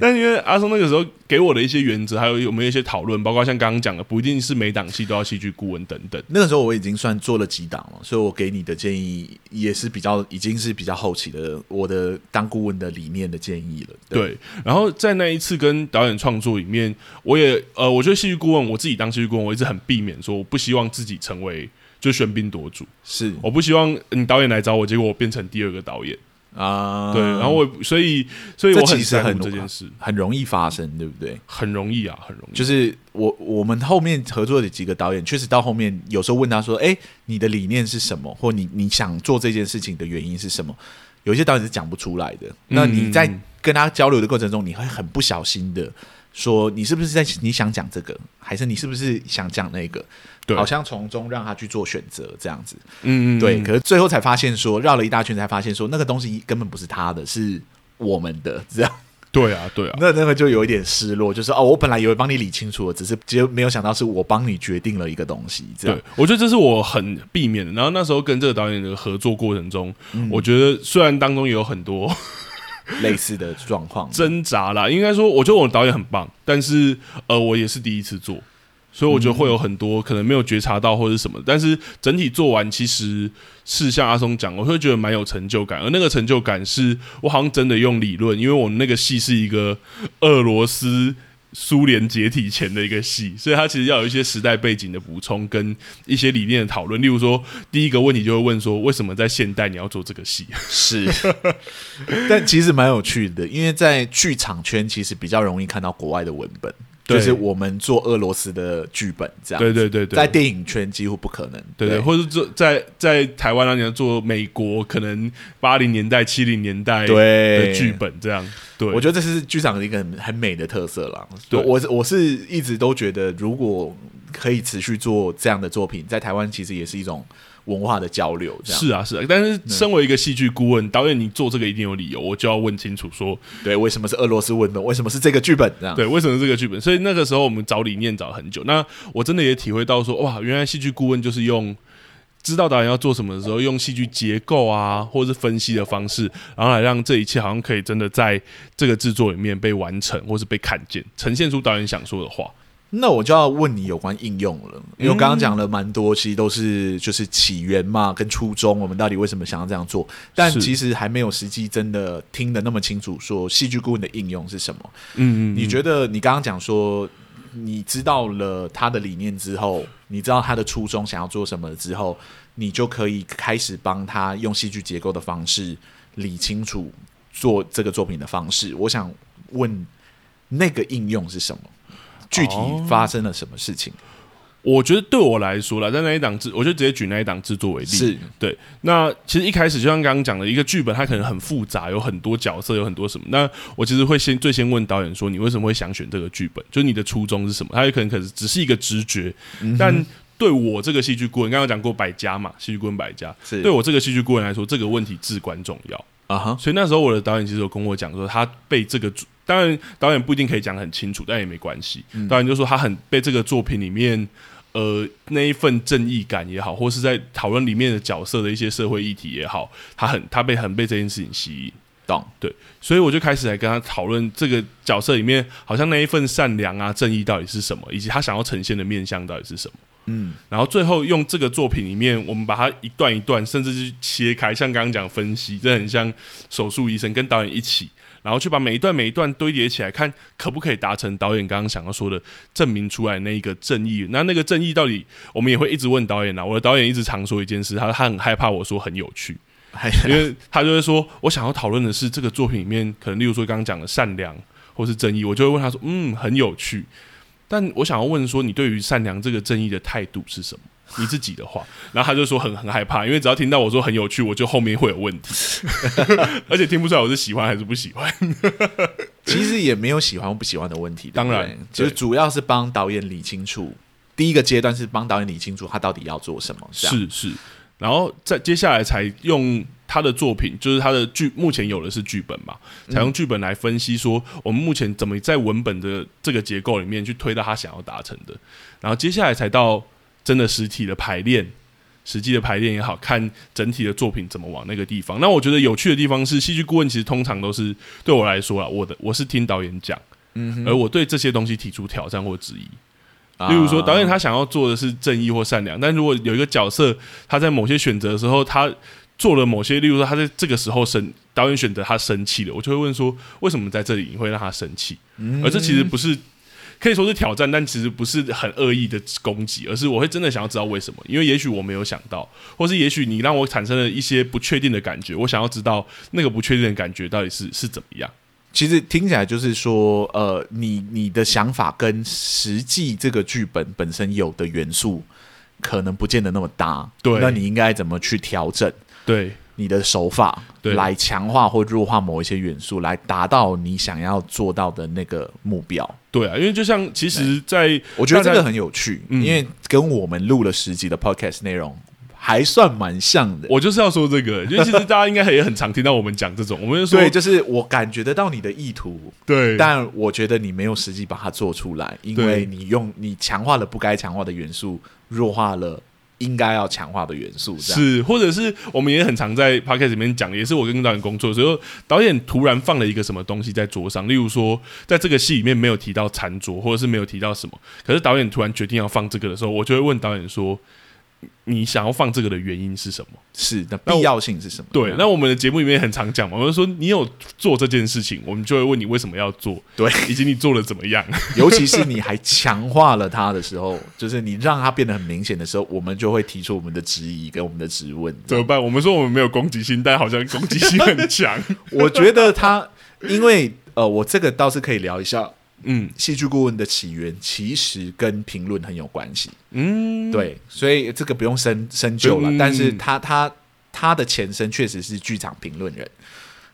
但因为阿松那个时候给我的一些原则，还有我们一些讨论，包括像刚刚讲的，不一定是每档戏都要戏剧顾问等等。
那个时候我已经算做了几档了，所以我给你的建议也是比较，已经是比较后期的我的当顾问的理念的建议了。对，
对，然后在那一次跟导演创作里面，我也呃，我觉得戏剧顾问，我自己当戏剧顾问，我一直很避免说，我不希望自己成为就喧宾夺主，
是
我不希望你导演来找我，结果我变成第二个导演。
啊，
对，然后我也所以所以我
这其
很
实
在乎
很
这件事，
很容易发生，对不对？
很容易啊，很容易。
就是我我们后面合作的几个导演，确实到后面有时候问他说：“哎，你的理念是什么？或你你想做这件事情的原因是什么？”有一些导演是讲不出来的。
嗯
那你在跟他交流的过程中，你会很不小心的说：“你是不是在你想讲这个，还是你是不是想讲那个？”
对
好像从中让他去做选择这样子。
嗯嗯，嗯
对，可是最后才发现说，绕了一大圈才发现说，那个东西根本不是他的，是我们的这样。
对啊，对啊。
那那个就有一点失落，就是哦，我本来以为帮你理清楚了，只是结没有想到是我帮你决定了一个东西，这样
对，我觉得这是我很避免的。然后那时候跟这个导演的合作过程中，
嗯
我觉得虽然当中也有很多
类似的状 况。
挣扎啦，应该说，我觉得我的导演很棒，但是呃，我也是第一次做，所以我觉得会有很多可能没有觉察到或者是什么。但是整体做完，其实是像阿松讲，我会觉得蛮有成就感，而那个成就感是我好像真的用理论，因为我们那个戏是一个俄罗斯。苏联解体前的一个戏，所以它其实要有一些时代背景的补充跟一些理念的讨论。例如说，第一个问题就会问说，为什么在现代你要做这个戏？啊
是，但其实蛮有趣的，因为在剧场圈其实比较容易看到国外的文本，
对
就是我们做俄罗斯的剧本这样。
对对对对，
在电影圈几乎不可能。
对对，或者做在在台湾那你要做美国可能八零年代、七零年代
对
的剧本这样，对，
我觉得这是剧场的一个很很美的特色啦。
对
我我我是一直都觉得，如果可以持续做这样的作品，在台湾其实也是一种文化的交流，这样
是啊是啊，但是
嗯
身为一个戏剧顾问，导演你做这个一定有理由，我就要问清楚说，
对，为什么是俄罗斯文本？为什么是这个剧本？这样
对，为什么这个剧本？所以那个时候我们找理念找很久，那我真的也体会到说，哇，原来戏剧顾问就是用知道导演要做什么的时候，用戏剧结构啊，或是分析的方式，然后来让这一切好像可以真的在这个制作里面被完成，或是被看见，呈现出导演想说的话。
那我就要问你有关应用了，因为我刚刚讲了蛮多，其实都是就是起源嘛，跟初衷，我们到底为什么想要这样做？但
是
其实还没有实际真的听得那么清楚，说戏剧顾问的应用是什么？
嗯，
你觉得你刚刚讲说，你知道了他的理念之后，你知道他的初衷想要做什么之后，你就可以开始帮他用戏剧结构的方式理清楚做这个作品的方式。我想问，那个应用是什么？具体
哦
发生了什么事情？
我觉得对我来说啦，在那一档制，我就直接举那一档制作为例。
是
对，那其实一开始就像刚刚讲的，一个剧本它可能很复杂，有很多角色，有很多什么。那我其实会先最先问导演说，你为什么会想选这个剧本？就你的初衷是什么？他有可能可能只是一个直觉，
嗯
但对我这个戏剧顾问，刚刚讲过百家嘛，戏剧顾问百家，
是
对我这个戏剧顾问来说，这个问题至关重要。
啊哈，
所以那时候我的导演其实有跟我讲说，他被这个主当然导演不一定可以讲得很清楚，但也没关系。导演就说他很被这个作品里面。呃，那一份正义感也好，或是在讨论里面的角色的一些社会议题也好，他很他被很被这件事情吸引，
懂
对，所以我就开始来跟他讨论这个角色里面好像那一份善良啊、正义到底是什么，以及他想要呈现的面向到底是什么。
嗯，
然后最后用这个作品里面，我们把它一段一段，甚至是切开，像刚刚讲分析，这很像手术医生跟导演一起，然后去把每一段每一段堆叠起来，看可不可以达成导演刚刚想要说的，证明出来那一个正义。那那个正义到底，我们也会一直问导演啊。我的导演一直常说一件事，他他很害怕我说很有趣，
还
因为他就会说，我想要讨论的是这个作品里面，可能例如说刚刚讲的善良或是正义，我就会问他说，嗯，很有趣。但我想要问说，你对于善良这个正义的态度是什么？你自己的话，然后他就说很很害怕，因为只要听到我说很有趣，我就后面会有问题， 而且听不出来我是喜欢还是不喜欢。
其实也没有喜欢或不喜欢的问题，对不对
当然
其实
对
主要是帮导演理清楚。第一个阶段是帮导演理清楚他到底要做什么，这样
是是，然后再接下来才用他的作品，就是他的剧，目前有的是剧本嘛，
嗯
才用剧本来分析说我们目前怎么在文本的这个结构里面去推到他想要达成的，然后接下来才到真的实体的排练。实际的排练也好看，整体的作品怎么往那个地方。那我觉得有趣的地方是，戏剧顾问其实通常都是对我来说啦，啊我的我是听导演讲，
嗯
而我对这些东西提出挑战或质疑。
啊
例如说，导演他想要做的是正义或善良，但如果有一个角色他在某些选择的时候，他做了某些，例如说他在这个时候生，导演选择他生气了，我就会问说，为什么在这里你会让他生气？而这其实不是。可以说是挑战，但其实不是很恶意的攻击，而是我会真的想要知道为什么，因为也许我没有想到，或是也许你让我产生了一些不确定的感觉，我想要知道那个不确定的感觉到底是是怎么样。
其实听起来就是说，呃，你你的想法跟实际这个剧本本身有的元素，可能不见得那么搭。
对
那你应该怎么去调整
对，
你的手法，
对
来强化或弱化某一些元素，来达到你想要做到的那个目标？
对啊，因为就像其实，在
我觉得这
大家
个很有趣，
嗯
因为跟我们录了十集的 podcast 内容还算蛮像的。
我就是要说这个，因为其实大家应该也很常听到我们讲这种，我们就说
对，就是我感觉得到你的意图，
对
但我觉得你没有实际把它做出来，因
对
为你用你强化了不该强化的元素，弱化了应该要强化的元素，这样
是，或者是我们也很常在 podcast 里面讲，也是我跟导演工作的时候，导演突然放了一个什么东西在桌上，例如说在这个戏里面没有提到餐桌，或者是没有提到什么，可是导演突然决定要放这个的时候，我就会问导演说。你想要放这个的原因是什么？
是那
那我
必要性是什么？
对，
这
那
样
我们的节目里面也很常讲嘛，我们说你有做这件事情，我们就会问你为什么要做，
对，
以及你做的怎么样。
尤其是你还强化了它的时候，就是你让它变得很明显的时候，我们就会提出我们的质疑跟我们的质问。
怎么办？我们说我们没有攻击性，但好像攻击性很强。
我觉得它，因为呃，我这个倒是可以聊一下。
嗯
戏剧顾问的起源其实跟评论很有关系，
嗯，
对，所以这个不用深深究了。
嗯
但是他他他的前身确实是剧场评论人，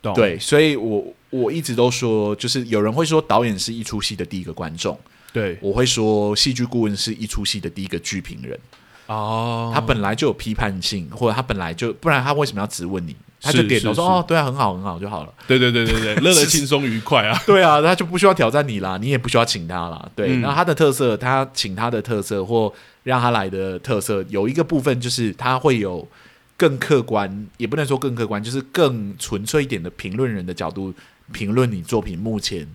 懂
对，所以我我一直都说，就是有人会说导演是一出戏的第一个观众，
对
我会说戏剧顾问是一出戏的第一个剧评人，
哦
他本来就有批判性，或者他本来就不然他为什么要质问你？他就是点头
是
说
是
哦，对啊，很好，很好就好了。
对对对对对，乐得 轻松愉快 啊，
对啊，他就不需要挑战你啦，你也不需要请他啦。对，
嗯
然后他的特色，他请他的特色或让他来的特色，有一个部分就是他会有更客观，也不能说更客观，就是更纯粹一点的评论人的角度评论你作品目前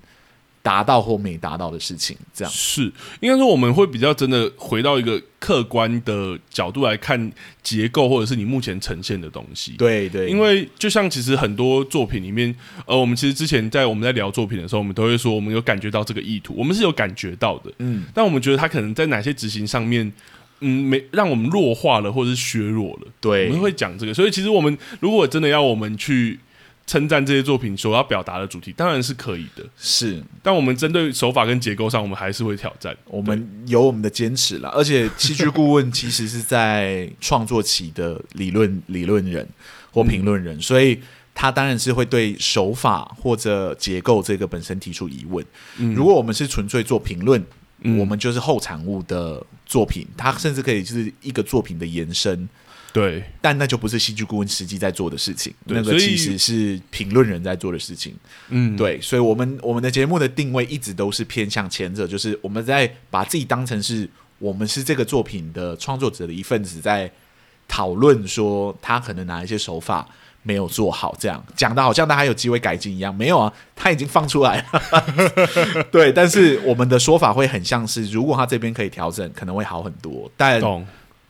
达到或没达到的事情，这样。
是，应该说我们会比较真的回到一个客观的角度来看结构，或者是你目前呈现的东西。
对对，
因为就像其实很多作品里面，呃，我们其实之前在我们在聊作品的时候，我们都会说我们有感觉到这个意图，我们是有感觉到的，
嗯，
但我们觉得它可能在哪些执行上面，嗯，没让我们弱化了，或者是削弱了，我
对
们会讲这个。所以其实我们如果真的要我们去称赞这些作品所要表达的主题，当然是可以的，
是
但我们针对手法跟结构上，我们还是会挑战。
我们有我们的坚持啦，而且戏剧顾 问其实是在创作期的理论理论人
嗯
或评论人，所以他当然是会对手法或者结构这个本身提出疑问。
嗯
如果我们是纯粹做评论，我们就是后产物的作品，它甚至可以是一个作品的延伸，
对，
但那就不是戏剧顾问实际在做的事情，
对
那个
所以
其实是评论人在做的事情。
嗯，
对，所以我们我们的节目的定位一直都是偏向前者，就是我们在把自己当成是我们是这个作品的创作者的一份子，在讨论说他可能哪一些手法没有做好，这样讲的好像他还有机会改进一样，没有啊，他已经放出来了。 对，但是我们的说法会很像是，如果他这边可以调整，可能会好很多，但
懂，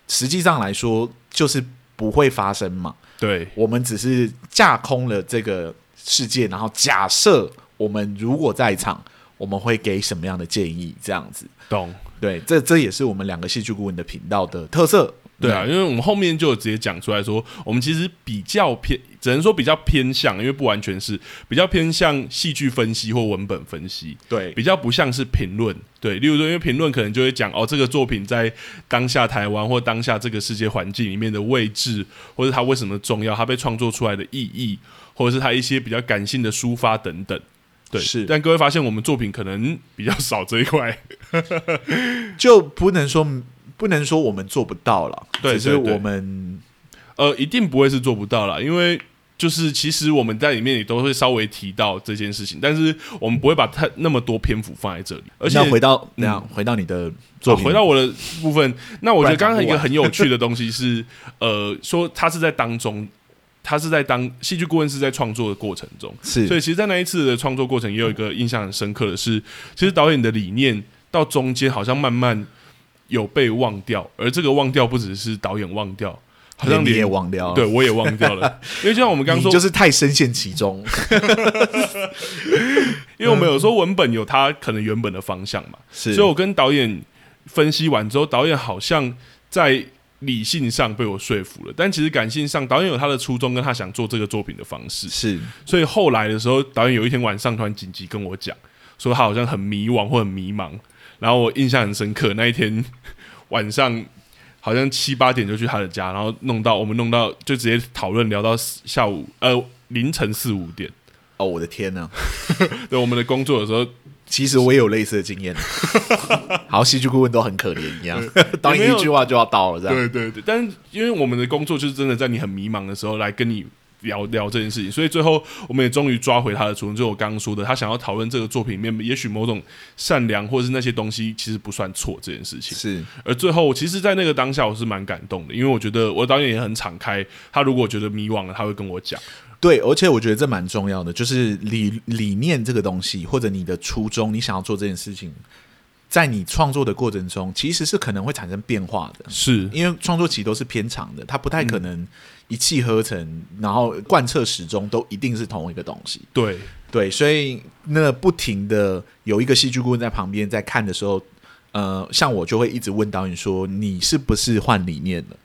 实际上来说就是不会发生嘛。
对，
我们只是架空了这个世界，然后假设我们如果在场，我们会给什么样的建议？这样子，
懂。
对，这这也是我们两个戏剧顾问的频道的特色。
对啊，因为我们后面就有直接讲出来说，我们其实比较偏，只能说比较偏向，因为不完全是比较偏向戏剧分析或文本分析，
对，
比较不像是评论。对，例如说，因为评论可能就会讲哦，这个作品在当下台湾或当下这个世界环境里面的位置，或者它为什么重要，它被创作出来的意义，或者是它一些比较感性的抒发等等。对，
是
但各位发现我们作品可能比较少这 一块，
就不能说不能说我们做不到了，
对
只是
对对
我们
呃，一定不会是做不到啦，因为就是其实我们在里面也都会稍微提到这件事情，但是我们不会把太那么多篇幅放在这里。而且
那回到
嗯
那样、回到你的作品，
啊回到我的部分，那我觉得刚刚一
不然讲不
个
完
很有趣的东 西是，呃，说他是在当中，他是在当戏剧顾问是在创作的过程中，所
是
以其实，在那一次的创作过程，也有一个印象很深刻的是，其实导演的理念到中间好像慢慢有被忘掉，而这个忘掉不只是导演忘掉，好像
连你
连
也忘掉了，
对，，我也忘掉了，因为就像我们刚 刚
你
说，
就是太深陷其 中，
因为我们有说文本有它可能原本的方向嘛，
是
所以我跟导演分析完之后，导演好像在理性上被我说服了，但其实感性上，导演有他的初衷跟他想做这个作品的方式，
是
所以后来的时候，导演有一天晚上突然紧急跟我讲，说他好像很迷惘或很迷茫，然后我印象很深刻，那一天晚上。好像七八点就去他的家，然后弄到我们弄到就直接讨论聊到下午呃凌晨四五点，
哦，我的天呐、
对我们的工作有时候
其实我也有类似的经 验，好，戏剧顾问都很可怜一样， 当
有没
一
有
句话就要到了，这样
对对对，但是因为我们的工作就是真的在你很迷茫的时候来跟你聊聊这件事情，所以最后我们也终于抓回他的初衷，就是我刚刚说的，他想要讨论这个作品里面，也许某种善良或是那些东西其实不算错这件事情。
是
而最后，其实，在那个当下，我是蛮感动的，因为我觉得我的导演也很敞开，他如果觉得迷惘了，他会跟我讲。
对，而且我觉得这蛮重要的，就是理理念这个东西，或者你的初衷，你想要做这件事情，在你创作的过程中，其实是可能会产生变化的，
是
因为创作期都是偏长的，它不太可能一气呵成，然后贯彻始终都一定是同一个东西。
对，
对，所以那不停的有一个戏剧顾问在旁边在看的时候，呃，像我就会一直问导演说：“你是不是换理念了？”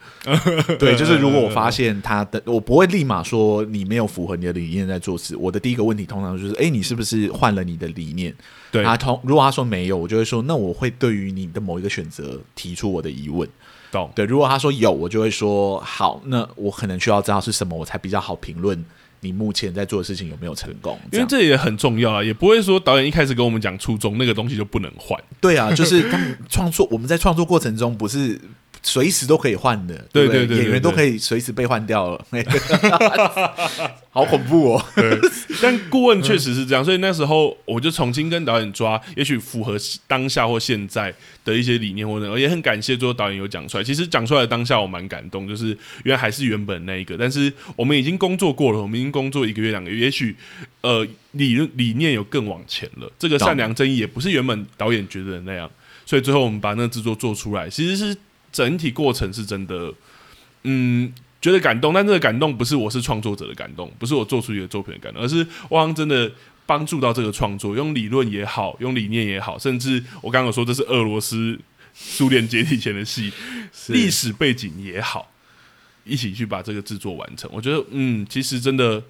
对，就是如果我发现他的，我不会立马说你没有符合你的理念在做事。我的第一个问题通常就是：“哎，你是不是换了你的理念？”
对，
他通如果他说没有，我就会说：“那我会对于你的某一个选择提出我的疑问。”
懂，
对，如果他说有，我就会说好，那我可能需要知道是什么，我才比较好评论你目前在做的事情有没有成功。这
因为
样
这也很重要啊，也不会说导演一开始跟我们讲初衷，那个东西就不能换。
对啊，就是他们创作，我们在创作过程中不是随时都可以换的，
对
不对
对对对
演员都
对
可以随时被换掉了， 好恐怖哦！
对， 但顾问确实是这样，所以那时候我就重新跟导演抓，也许符合当下或现在的一些理念或者，我也很感谢最后导演有讲出来。其实讲出来的当下我蛮感动，就是原来还是原本那一个，但是我们已经工作过了，我们已经工作一个月两个月，也许呃理论理念有更往前了。这个
懂
善良正义也不是原本导演觉得的那样，所以最后我们把那个制作做出来，其实是整体过程是真的，嗯，觉得感动，但这个感动不是我是创作者的感动，不是我做出一个作品的感动，而是我好像真的帮助到这个创作，用理论也好，用理念也好，甚至我刚刚有说这是俄罗斯苏联解体前的戏，历史背景也好，一起去把这个制作完成。我觉得，嗯，其实真的，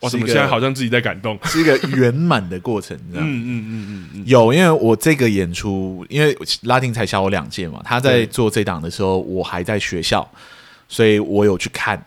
哇，
是
怎
一
么
个
现在好像自己在感动？
是一个圆满的过程，这样。
嗯嗯嗯嗯嗯，
有，因为我这个演出，因为拉丁才小我两届嘛，他在做这档的时候，我还在学校，所以我有去看。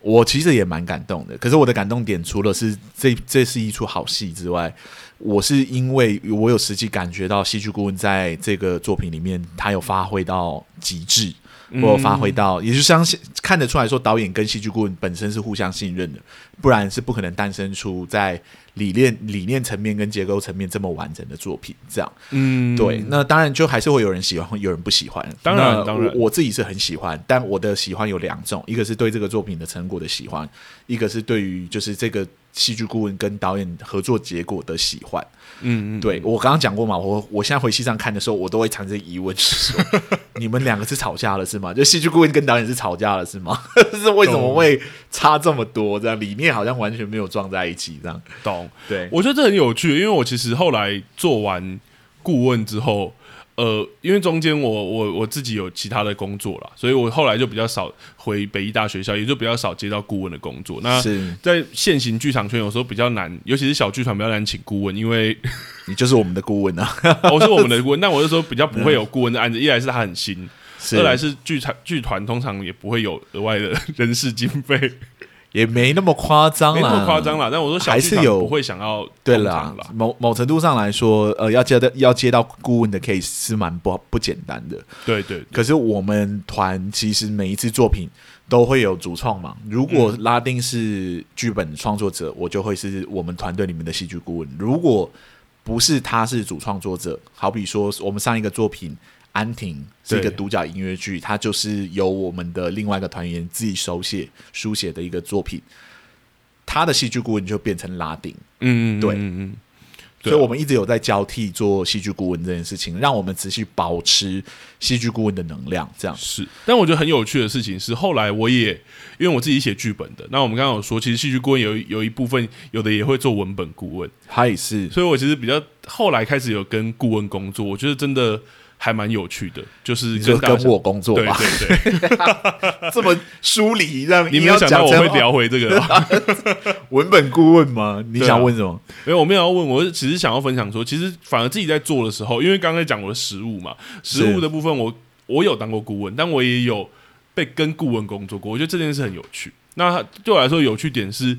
我其实也蛮感动的，可是我的感动点除了是这 这是一出好戏之外，我是因为我有实际感觉到戏剧顾问在这个作品里面，他有发挥到极致，我有
嗯
发挥到，也就是相信看得出来说，导演跟戏剧顾问本身是互相信任的，不然是不可能诞生出在理念理念层面跟结构层面这么完整的作品。这样，
嗯，
对，那当然就还是会有人喜欢，有人不喜欢。
当然
那
当然
我我自己是很喜欢，但我的喜欢有两种，一个是对这个作品的成果的喜欢，一个是对于就是这个戏剧顾问跟导演合作结果的喜欢。
嗯嗯，
对我刚刚讲过嘛，我我现在回戏上看的时候，我都会产生疑问，就是说你们两个是吵架了是吗？就戏剧顾问跟导演是吵架了是吗？ 就是为什么会差这么多？这样理念好像完全没有撞在一起，这样
懂。
对
我觉得这很有趣，因为我其实后来做完顾问之后，呃，因为中间我我我自己有其他的工作啦，所以我后来就比较少回北医大学校，也就比较少接到顾问的工作。那
是
在现行剧场圈，有时候比较难，尤其是小剧场比较难请顾问，因为
你就是我们的顾问 啊，
我是我们的顾问，但我就说比较不会有顾问的案子，一来是他很新，
是
二来是剧团剧团通常也不会有额外的 人事经费，
也没那么夸张啦，
没那么夸张啦。但我说小
还
剧
是
场
有
不会想要
对
通
啦
常啦，
某某程度上来说，呃，要接到要接到顾问的 case 是蛮不不简单的。
对对对
可是我们团其实每一次作品都会有主创嘛。如果拉丁是剧本创作者，我就会是我们团队里面的戏剧顾问。如果不是他是主创作者，好比说我们上一个作品《安婷》是一个
对
独角音乐剧，它就是由我们的另外一个团员自己手写书写的一个作品，他的戏剧顾问就变成拉丁。
嗯，嗯
对
嗯嗯嗯，对
所
啊
以我们一直有在交替做戏剧顾问这件事情，让我们持续保持戏剧顾问的能量。这样
是，但我觉得很有趣的事情是，后来我也因为我自己写剧本的，那我们刚刚有说，其实戏剧顾问有一有一部分有的也会做文本顾问，
他也是
所以我其实比较后来开始有跟顾问工作，我觉得真的还蛮有趣的，就是
你就
跟大
跟
家
我工作
对
吧，
对对，
这么疏离，让
你没
要
有想到
讲
我
成
会聊回这个哦，
文本顾问吗？你
对啊
想问什么？
没有，我没有要问，我只是想要分享说，其实反而自己在做的时候，因为刚才讲我的食物嘛，食
是
物的部分我我有当过顾问，但我也有被跟顾问工作过，我觉得这件事很有趣。那对我来说有趣点是。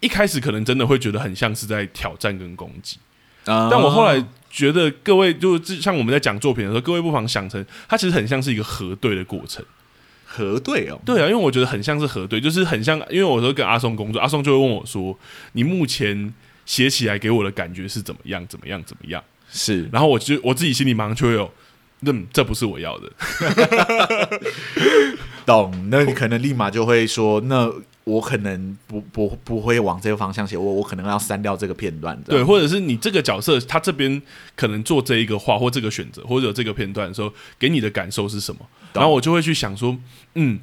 一开始可能真的会觉得很像是在挑战跟攻击，
但
但我后来觉得各位就是像我们在讲作品的时候，各位不妨想成，它其实很像是一个核对的过程。
核对哦，
对啊，因为我觉得很像是核对，就是很像，因为我有时候跟阿松工作，阿松就会问我说：“你目前写起来给我的感觉是怎么样？怎么样？怎么样
是？”
然后我就我自己心里马上就会有，嗯，这不是我要的。
懂。那你可能立马就会说，那我可能不不不会往这个方向写，我我可能要删掉这个片段。这
对，
样，
或者是你这个角色他这边可能做这一个话或这个选择或者有这个片段的时候，给你的感受是什么？
懂
然后我就会去想说，嗯，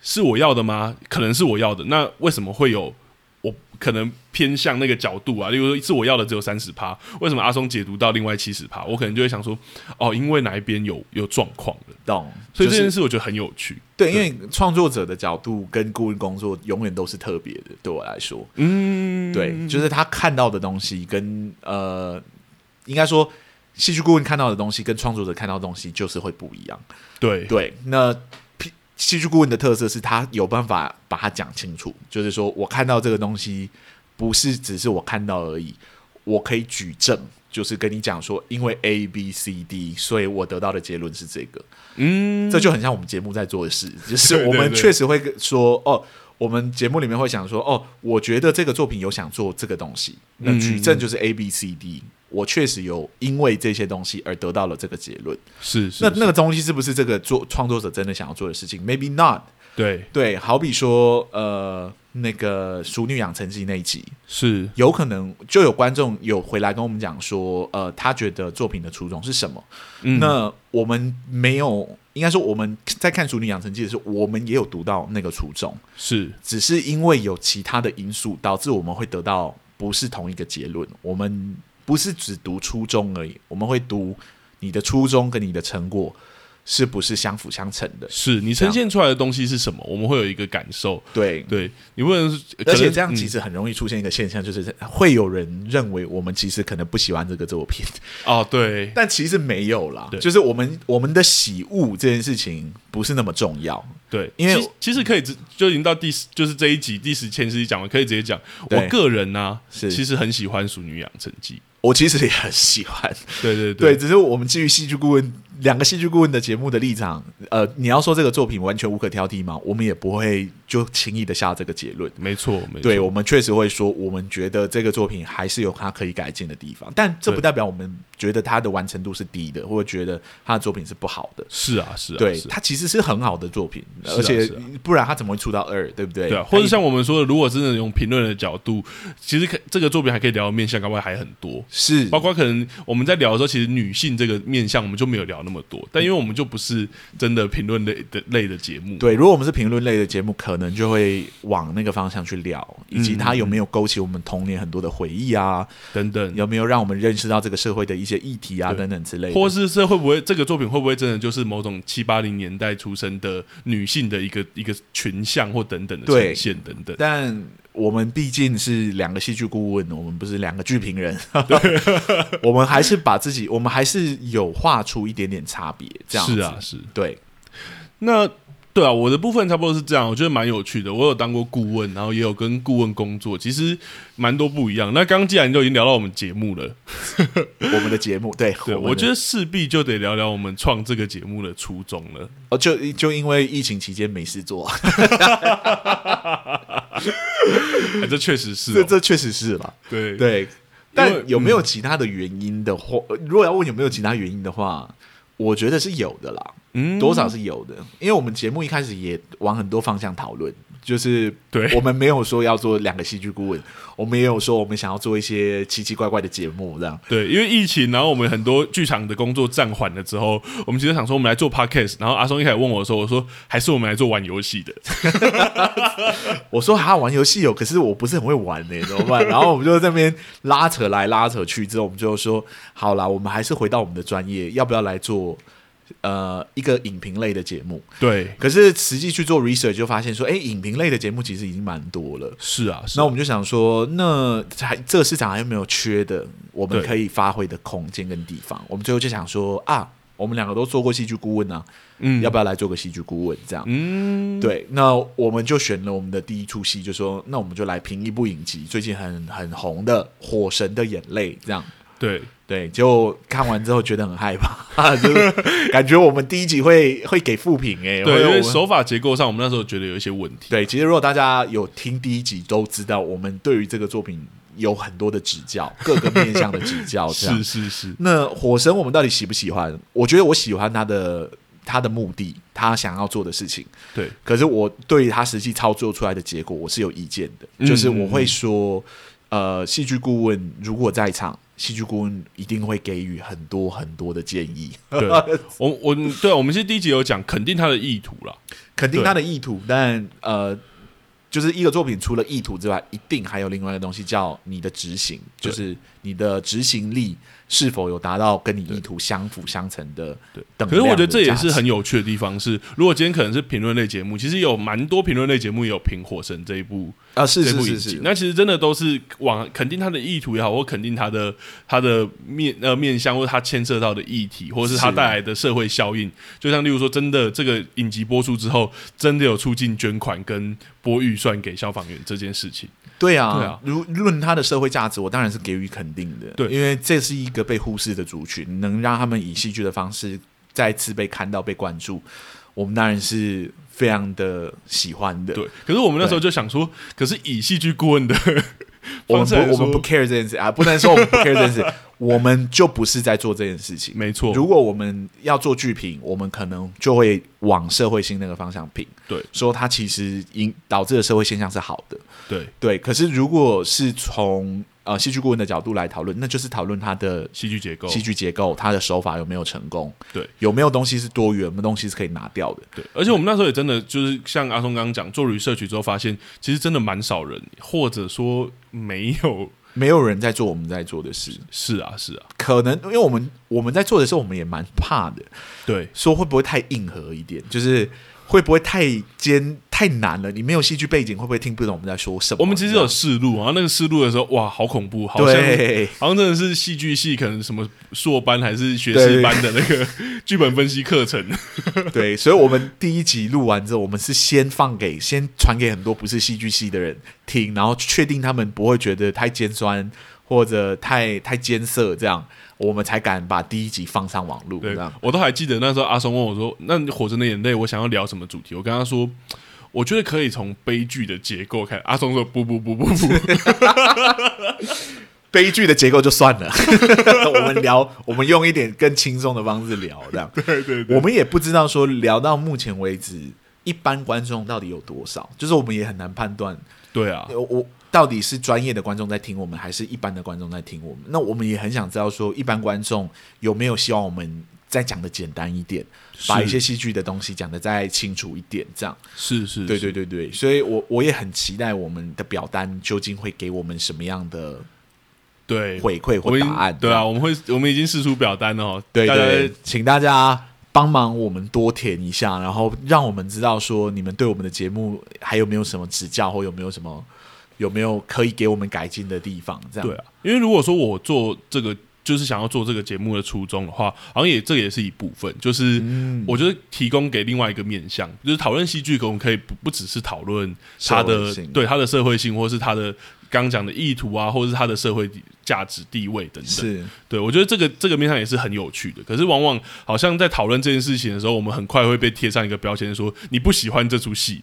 是我要的吗？可能是我要的，那为什么会有？我可能偏向那个角度啊，例如说是我要的只有三十趴，为什么阿松解读到另外七十趴？我可能就会想说，哦，因为哪一边有有状况了，
懂。
所以
就
这
是
件事我觉得很有趣。
对，因为创作者的角度跟顾问工作永远都是特别的，对我来说。
嗯，
对，就是他看到的东西跟呃，应该说戏剧顾问看到的东西跟创作者看到的东西就是会不一样。
对
对，那 P- 戏剧顾问的特色是他有办法把它讲清楚，就是说我看到这个东西不是只是我看到而已，我可以举证，就是跟你讲说，因为 A B C D，所以我得到的结论是这个。
嗯，
这就很像我们节目在做的事， 就是
对
我们
对
确实会说哦。我们节目里面会想说，哦，我觉得这个作品有想做这个东西，那举
嗯
证就是 A B C D，、我确实有因为这些东西而得到了这个结论。
是是，
那
是
那个东西是不是这个作创作者真的想要做的事情？Maybe not。
对
对，好比说，呃，那个《熟女养成记》那一集，
是
有可能就有观众有回来跟我们讲说，呃，他觉得作品的初衷是什么？
嗯
那我们没有，应该说我们在看《熟女养成记》的时候，我们也有读到那个初衷，
是
只是因为有其他的因素，导致我们会得到不是同一个结论。我们不是只读初衷而已，我们会读你的初衷跟你的成果是不是相辅相成的？
是，你呈现出来的东西是什么？我们会有一个感受。
对。
对你不能，
而
可
且
能
这样
嗯
其实很容易出现一个现象，就是呃会有人认为我们其实可能不喜欢这个作品，
哦，对，
但其实没有啦。
对
就是我们我们的喜恶这件事情不是那么重要，
对，
因为
其实其实可以直就已经到第十，就是这一集第十前十集讲完，可以直接讲。
对
我个人呢、
是
其实很喜欢《熟女养成记》。
我其实也很喜欢，
对对
对，只是我们基于戏剧顾问两个戏剧顾问的节目的立场，呃，你要说这个作品完全无可挑剔吗？我们也不会就轻易的下这个结论。
没错，没错，
对，我们确实会说，我们觉得这个作品还是有它可以改进的地方，但这不
对
代表我们觉得它的完成度是低的，或者觉得它的作品是不好的。
是啊，是啊，
对，
是啊
它其实是很好的作品，
是啊
而且
是啊
不然它怎么会出到二，对不对？
对啊，或者
它一
像我们说的，如果真的用评论的角度，其实可这个作品还可以聊的面向，搞不好还很多。
是
包括可能我们在聊的时候，其实女性这个面向我们就没有聊那么多，但因为我们就不是真的评论类的类的节目，
对，如果我们是评论类的节目，可能就会往那个方向去聊，以及它有没有勾起我们童年很多的回忆啊，
等等，
有没有让我们认识到这个社会的一些议题啊
对
等等之类
或
的。
是这会不会这个作品会不会真的就是某种七八零年代出生的女性的一个一个群像或等等的
对
呈现等等？
但我们毕竟是两个戏剧顾问，我们不是两个剧评人， 我们还是把自己，我们还是有画出一点点差别，这样子
是啊，，是
对，
那对啊，我的部分差不多是这样，我觉得蛮有趣的。我有当过顾问，然后也有跟顾问工作，其实蛮多不一样。那刚刚既然都已经聊到我们节目了，
我们的节目，对，
对
我们
我
的
觉得势必就得聊聊我们创这个节目的初衷了。
哦，就就因为疫情期间没事 做，
哎这确实是、
这
哦，
这确实是了。
对
对，
因为嗯
但有没有其他的原因的话，呃如果要问有没有其他原因的话，我觉得是有的啦，
嗯
多少是有的。因为我们节目一开始也往很多方向讨论，就是
对
我们没有说要做两个戏剧顾问，我们也有说我们想要做一些奇奇怪怪的节目这样。
对，因为疫情，然后我们很多剧场的工作暂缓了之后，我们其实想说我们来做 podcast。然后阿松一开始问我的时候，我说还是我们来做玩游戏的。
我说还要玩游戏哦，可是我不是很会玩呢、怎么办？然后我们就在那边拉扯来拉扯去，之后我们就说好啦，我们还是回到我们的专业，要不要来做呃一个影评类的节目？
对，
可是实际去做 research 就发现说，哎，影评类的节目其实已经蛮多了。
是啊，是
那
啊
我们就想说，那还这个市场还有没有缺的，我们
对
可以发挥的空间跟地方？我们最后就想说啊，我们两个都做过戏剧顾问啊，
嗯
要不要来做个戏剧顾问？这样，
嗯，
对，那我们就选了我们的第一出戏，就说那我们就来评一部影集，最近很很红的《火神的眼泪》这样。
对，
对，就看完之后觉得很害怕， 就是感觉我们第一集会会给负评哎、欸，
对，
会
因为
我们
手法结构上，我们那时候觉得有一些问题。
对，其实如果大家有听第一集，都知道我们对于这个作品有很多的指教，各个面向的指教。这样
是，是是，
那火神我们到底喜不喜欢？我觉得我喜欢他的他的目的，他想要做的事情。
对，
可是我对于他实际操作出来的结果，我是有意见的，
嗯
就是我会说，呃，戏剧顾问如果在场，戏剧顾问一定会给予很多很多的建议，
对， 我我对啊，我们是第一集有讲肯定他的意图啦，
肯定他的意图，但呃，就是一个作品除了意图之外，一定还有另外一个东西叫你的执行，就
对
是你的执行力是否有达到跟你意图相辅相成的等
可是我觉得这也是
量的价值
很有趣的地方是，如果今天可能是评论类节目，其实有蛮多评论类节目也有评《火神》这一部
啊，是
这部
是
影
是
集
是，，
那其实真的都是往肯定他的意图也好，或肯定他的他的面呃面向，或者他牵涉到的议题，或者是他
是
带来的社会效应。就像例如说，真的这个影集播出之后，真的有促进捐款跟拨预算给消防员这件事情。
对啊，
对啊
如论它的社会价值，我当然是给予肯定的。
对
因为这是一个被忽视的族群，能让他们以戏剧的方式再次被看到、被关注，我们当然是非常的喜欢的。
对，可是我们那时候就想说，可是以戏剧顾问的
我
方
们
式
不，
来
我
说
们不 care 这件事啊，不能说我们不 care 这件 事，我们就不是在做这件事情。
没错，
如果我们要做剧评，我们可能就会往社会性那个方向评，
对
说它其实引导致的社会现象是好的，
对
对。可是如果是从呃戏剧顾问的角度来讨论，那就是讨论它的
戏剧结构，
戏剧结构，它的手法有没有成功？
对，
有没有东西是多元，有没有东西是可以拿掉的？
对，而且我们那时候也真的就是像阿松刚刚讲，做 research 之后发现，其实真的蛮少人，或者说没有。
没有人在做我们在做的事，
是啊，是啊，
可能因为我们我们在做的时候，我们也蛮怕的，
对，
说会不会太硬核一点，就是会不会太艰太难了？你没有戏剧背景，会不会听不懂我们在说什么？
我们其实有
这样
试录，然后那个试录的时候，哇，好恐怖，好像
对
好像真的是戏剧系可能什么硕班还是学士班的那个 剧本分析课 程，
对，所以我们第一集录完之后，我们是先放给先传给很多不是戏剧系的人听，然后确定他们不会觉得太尖酸或者太太艰涩，这样我们才敢把第一集放上网路。这
对
样，
我都还记得那时候阿松问我说：“那《火神的眼泪》我想要聊什么主题？”我跟他说：“我觉得可以从悲剧的结构看。”阿松说：“不不不 不不，
悲剧的结构就算 了，我们聊，我们用一点更轻松的方式聊，这样。
对对对，
我们也不知道说聊到目前为止，一般观众到底有多少，就是我们也很难判断，
对啊，
呃我到底是专业的观众在听我们，还是一般的观众在听我们？那我们也很想知道说，一般观众有没有希望我们再讲的简单一点，把一些戏剧的东西讲的再清楚一点，这样。
是是，
对对对对，所以我我也很期待我们的表单究竟会给我们什么样的
对，
回馈或
我们已
答
经
案。
对
这
啊，
样，
我们会我们已经试出表单了哦，
对
大
对
家
对，请大家。帮忙我们多填一下，然后让我们知道说你们对我们的节目还有没有什么指教，或有没有什么有没有可以给我们改进的地方，这样
对啊，因为如果说我做这个。就是想要做这个节目的初衷的话，好像也这个也是一部分，就是
嗯
我觉得提供给另外一个面向，就是讨论戏剧，可我们可以不不只是讨论它
社会
的
性
对它的社会性，或是它的刚讲的意图啊，或是它的社会地价值地位等等。
是
对，我觉得这个这个面上也是很有趣的。可是往往好像在讨论这件事情的时候，我们很快会被贴上一个标签，说你不喜欢这出戏，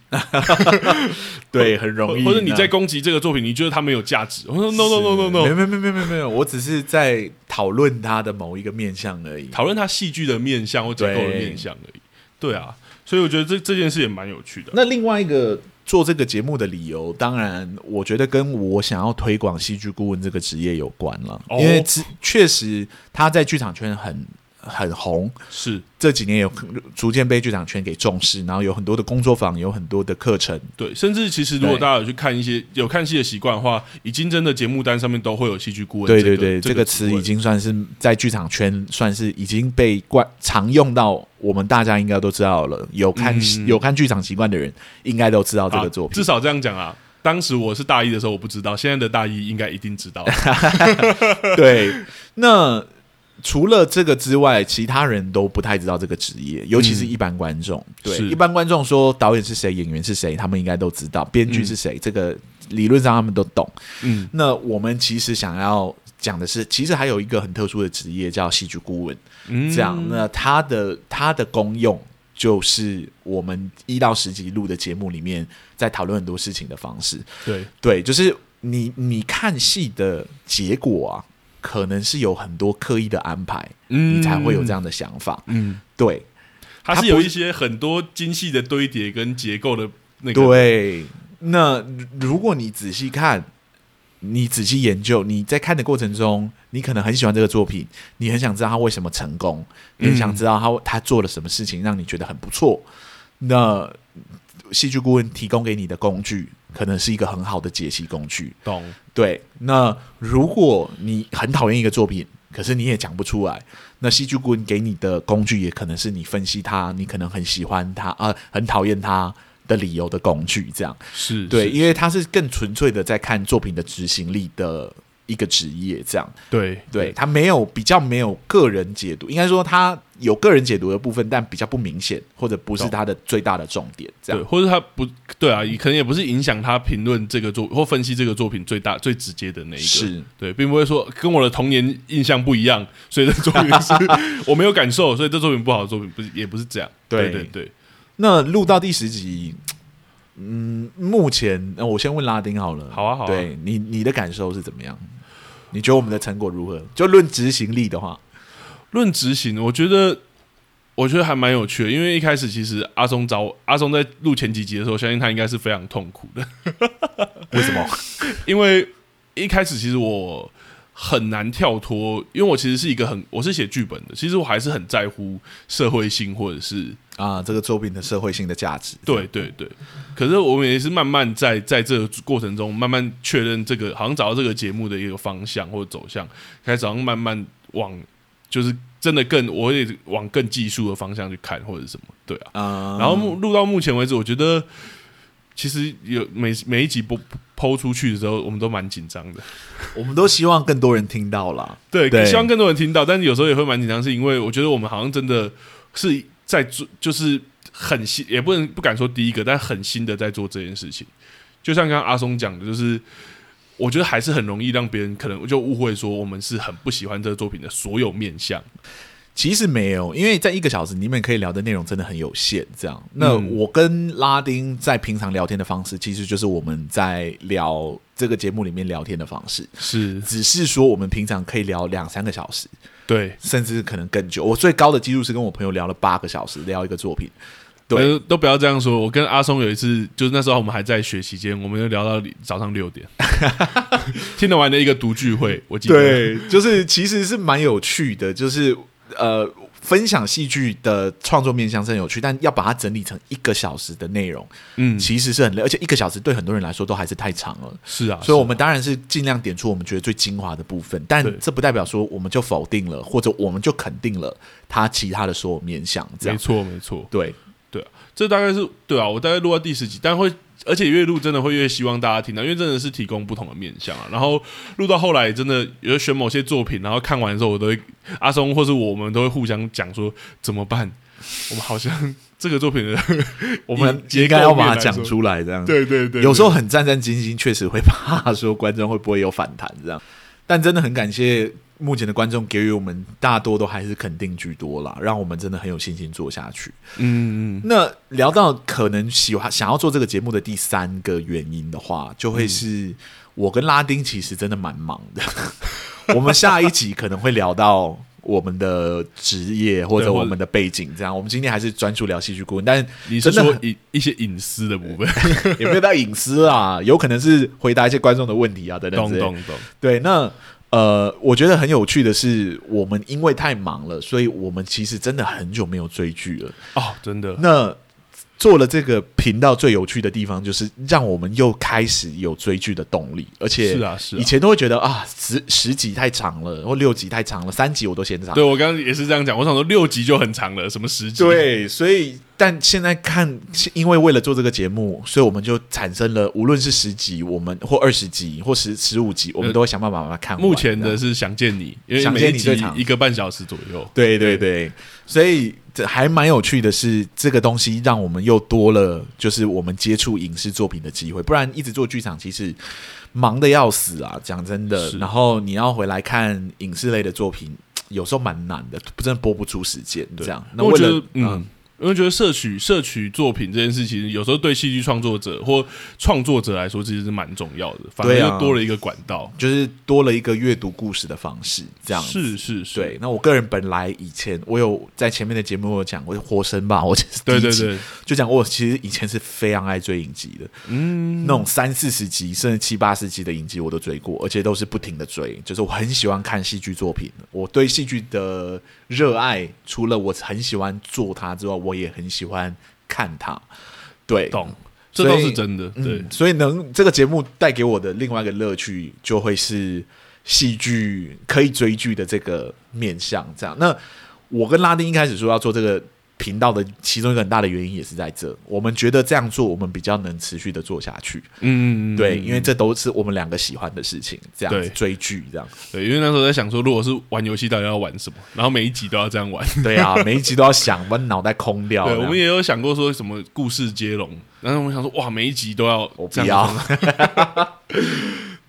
对，很容易。
或者你在
那
攻击这个作品，你觉得它没有价值。我说 no no no no
没有
no，
没有没有没有没有没有，我只是在讨论它的某一个面向而已。
讨论它戏剧的面向或结构的
对
面向而已。对啊，所以我觉得这这件事也蛮有趣的。
那另外一个做这个节目的理由，当然我觉得跟我想要推广戏剧顾问这个职业有关了，
哦
因为之确实他在剧场圈很很红，
是
这几年也逐渐被剧场圈给重视，然后有很多的工作坊，有很多的课程，
对，甚至其实如果
对
大家有去看一些有看戏的习惯的话，已经真的节目单上面都会有戏剧顾问、
对
这
对
个。
对，
这
这个词已
位
经算是在剧场圈算是已经被惯
嗯
常用到，我们大家应该都知道了。有看、
嗯
有看剧场习惯的人，应该都知道这
啊
个作品。
至少这样讲啊。当时我是大一的时候，我不知道，现在的大一应该一定 知道。
对，那除了这个之外，其他人都不太知道这个职业，尤其是一般观众。对，
是
一般观众说导演是谁，演员是谁，他们应该都知道，编剧是谁，这个理论上他们都懂。
嗯，
那我们其实想要讲的是，其实还有一个很特殊的职业叫戏剧顾问。
嗯
这样，那它的它的功用就是我们一到十集录的节目里面在讨论很多事情的方式。
对
对，就是你你看戏的结果啊，可能是有很多刻意的安排，
嗯
你才会有这。样的想法。
嗯，
对
它
它
是
不
有一些很多精细的堆叠跟结构的那个。
对，那如果你仔细看。你仔细研究，你在看的过程中，你可能很喜欢这个作品，你很想知道他为什么成功，你
嗯
很想知道他他做了什么事情让你觉得很不错。那戏剧顾问提供给你的工具，可能是一个很好的解析工具。
懂
对，那如果你很讨厌一个作品，可是你也讲不出来。那戏剧顾问给你的工具，也可能是你分析他，你可能很喜欢他啊、很讨厌他的理由的工具，这样。
是
对，
是
因为他是更纯粹的在看作品的执行力的一个职业，这样。
对
对，他没有比较没有个人解读，应该说他有个人解读的部分，但比较不明显，或者不是
懂
他的最大的重点，这
对，
样。
或者他不对啊，也可能也不是影响他评论这个作或分析这个作品最大最直接的那一个，
是
对，并不会说跟我的童年印象不一样，所以这作品 是我没有感受，所以这作品不好，作品不是也不是这样，
对
对对对，
那录到第十集，嗯，目前、呃我先问拉丁好了。
好啊好啊
对你你的感受是怎么样？你觉得我们的成果如何？就论执行力的话，
论执行，我觉得我觉得还蛮有趣的，因为一开始其实阿松找我阿松在录前几集的时候，我相信他应该是非常痛苦的，
为 什么？
因为一开始其实我很难跳脱，因为我其实是一个很我是写剧本的，其实我还是很在乎社会性或者是
啊，这个作品的社会性的价值。
对对对。可是我们也是慢慢在在这个过程中慢慢确认这个，好像找到这个节目的一个方向或者走向，开始好像慢慢往就是真的更我也往更技术的方向去看或者什么，对啊。
啊、
然后目录到目前为止，我觉得其实有每每一集播抛出去的时候，我们都蛮紧张的。
我们都希望更多人听到啦。
对，
对
希望更多人听到，但是有时候也会蛮紧张，是因为我觉得我们好像真的是在做，就是很新，也不能不敢说第一个，但很新的在做这件事情。就像刚刚阿松讲的，就是我觉得还是很容易让别人可能就误会说我们是很不喜欢这个作品的所有面向。
其实没有，因为在一个小时你们可以聊的内容真的很有限。这样，那
嗯
我跟拉丁在平常聊天的方式，其实就是我们在聊这个节目里面聊天的方式，
是
只是说我们平常可以聊两三个小时，
对，
甚至可能更久。我最高的记录是跟我朋友聊了八个小时，聊一个作品。对
呃，都不要这样说。我跟阿松有一次，就是那时候我们还在学期间，我们就聊到早上六点，听得完的一个读聚会，我记得。，
对， 就是其实是蛮有趣的，就是呃，分享戏剧的创作面向是很有趣，但要把它整理成一个小时的内容，
嗯，
其实是很累，而且一个小时对很多人来说都还是太长了。
是啊，
所以，我
是啊
们当然是尽量点出我们觉得最精华的部分，但
对
这不代表说我们就否定了，或者我们就肯定了它其他的所有面向。这
没
样
错没错，
对，
这大概是对啊，我大概录到第十集，但会而且越录真的会越希望大家听啊到，因为真的是提供不同的面向啊。然后录到后来，真的有时选某些作品，然后看完之后，我都会阿松或是我们都会互相讲说怎么办，我们好像这个作品的
我
我们结
应
构
该要把它
面来
讲
说，
出来，这样
对对对，
有时候
对
很战战兢兢，确实会怕说观众会不会有反弹这样。但真的很感谢目前的观众给予我们大多都还是肯定居多啦，让我们真的很有信心做下去。
嗯嗯
那聊到可能喜欢想要做这个节目的第三个原因的话，就会是我跟拉丁其实真的蛮忙的。我们下一集可能会聊到我们的职业或者
对或者
我们的背景，这样。我们今天还是专注聊戏剧顾问，但
你是
真的
说
很
一一些隐私的部分，
也没有到隐私啊，有可能是回答一些观众的问题啊等等之
懂
类的。
懂懂，
对，那呃，我觉得很有趣的是，我们因为太忙了，所以我们其实真的很久没有追剧了。
哦，真的，
那做了这个频道最有趣的地方，就是让我们又开始有追剧的动力，而且
是啊是啊
以前都会觉得啊，十十集太长了，或六集太长了，三集我都嫌长。
对我刚刚也是这样讲，我想说六集就很长了，什么十集？
对，所以但现在看，是因为为了做这个节目，所以我们就产生了，无论是十集，我们或二十集，或十十五集，我们都会想办法把它看完。
呃目前
这样
的是想见你，因为
想
每
见
一
你
集
最长
一个半小时左右。
对对对，所以这还蛮有趣的是，这个东西让我们又多了，就是我们接触影视作品的机会。不然一直做剧场，其实忙的要死啊，讲真的。
是
然后你要回来看影视类的作品，有时候蛮难的，真的拨不出时间这样。那
我
为
觉
了
得，嗯，，因为觉得摄取摄取作品这件事情，有时候对戏剧创作者或创作者来说，其实是蛮重要的，反而
对啊
又多了一个管道。
就是多了一个阅读故事的方式，这样子
是是是，
对，那我个人本来以前我有在前面的节目我有讲过《活神》吧，我就是第一
对对
集
对，
就讲我其实以前是非常爱追影集的，嗯，那种三四十集甚至七八十集的影集我都追过，而且都是不停的追，就是我很喜欢看戏剧作品，我对戏剧的热爱，除了我很喜欢做它之外，我也很喜欢看它，对，
懂，这
所以嗯
倒是真的。对
嗯，，所以能这个节目带给我的另外一个乐趣，就会是戏剧可以追剧的这个面向。这样，那我跟拉丁一开始说要做这个频道的其中一个很大的原因也是在这，我们觉得这样做我们比较能持续的做下去。
嗯，嗯嗯
对，因为这都是我们两个喜欢的事情，这样子
对
追剧这样。
对，因为那时候在想说，如果是玩游戏，到底要玩什么？然后每一集都要这样玩。
对啊，每一集都要想，把脑袋空掉。
对，
这
我
样
们也有想过说什么故事接龙，然后我们想说，哇，每一集都要
我不
这样
要
子。。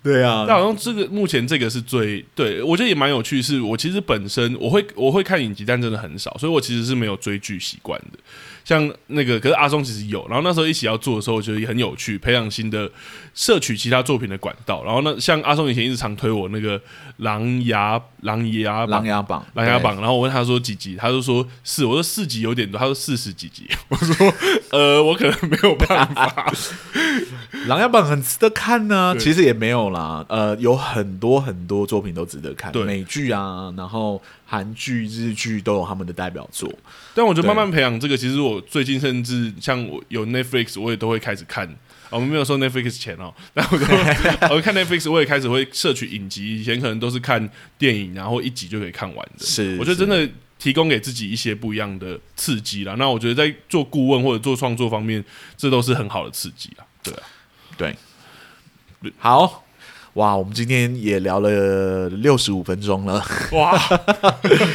对啊
但好像这个目前这个是最对我觉得也蛮有趣。是我其实本身我会我会看影集，但真的很少，所以我其实是没有追剧习惯的。像那个，可是阿松其实有。然后那时候一起要做的时候，我觉得也很有趣，培养新的摄取其他作品的管道。然后呢，像阿松以前一直常推我那个《琅琊琅琊
琅
榜》。
琊榜，
琅琊榜，然后我问他说几集，他就说四，我说四集有点多，他说四十几集，我说呃，我可能没有办法，
对，琅琊榜很值得看呢、
对
其实也没有啦，呃，有很多很多作品都值得看，
对
美剧啊，然后韩剧、日剧都有他们的代表作。
但我觉得慢慢培养这个，其实我最近甚至像我有 Netflix，我也都会开始看。啊我们没有收 Netflix 钱哦， 但我都我看 Netflix，我也开始会摄取影集，以前可能都是看电影，然后一集就可以看完的。
是
我觉得真的提供给自己一些不一样的刺激啦。那我觉得在做顾问或者做创作方面，这都是很好的刺激啦。对啊，
对，好。哇，我们今天也聊了六十五分钟了，
哇，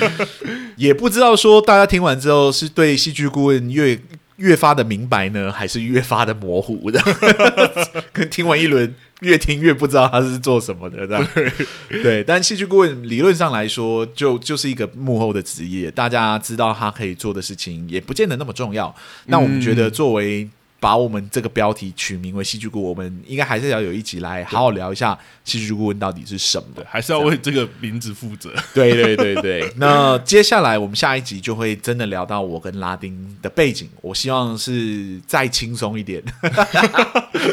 也不知道说大家听完之后是对戏剧顾问越越发的明白呢，还是越发的模糊的？ 跟听完一轮，越听越不知道他是做什么的，这样对。但戏剧顾问理论上来说，就就是一个幕后的职业，大家知道他可以做的事情，也不见得那么重要。那我们觉得作为。把我们这个标题取名为“戏剧顾问”，我们应该还是要有一集来好好聊一下戏剧顾问到底是什么。
还是要为这个名字负责。
对对对 对，那接下来我们下一集就会真的聊到我跟拉丁的背景，我希望是再轻松一点。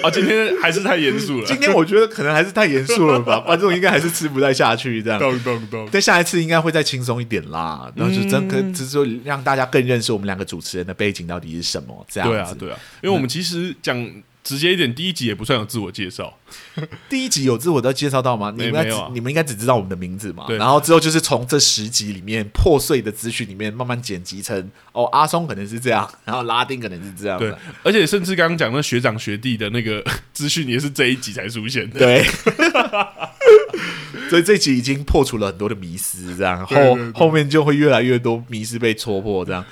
啊，今天还是太严肃 了
今，天我觉得可能还是太严肃了吧， 观众应该还是吃不太下去这样。
咚咚咚。
但下一次应该会再轻松一点啦，然后就
嗯
真可，只是说让大家更认识我们两个主持人的背景到底是什么，这样
对啊
子，
对啊，因为我们其实讲直接一点，第一集也不算有自我介绍，
第一集有自我都介绍到吗？你
没
们应该
没
只、
有啊
你们应该只知道我们的名字嘛。
对
然后之后就是从这十集里面破碎的资讯里面慢慢剪辑成，哦，阿松可能是这样，然后拉丁可能是这样
对
的。，
而且甚至刚刚讲那学长学弟的那个 资讯也是这一集才出现的，
对。 所以这集已经破除了很多的迷思，这样后
对对对
后面就会越来越多迷思被戳破，这样。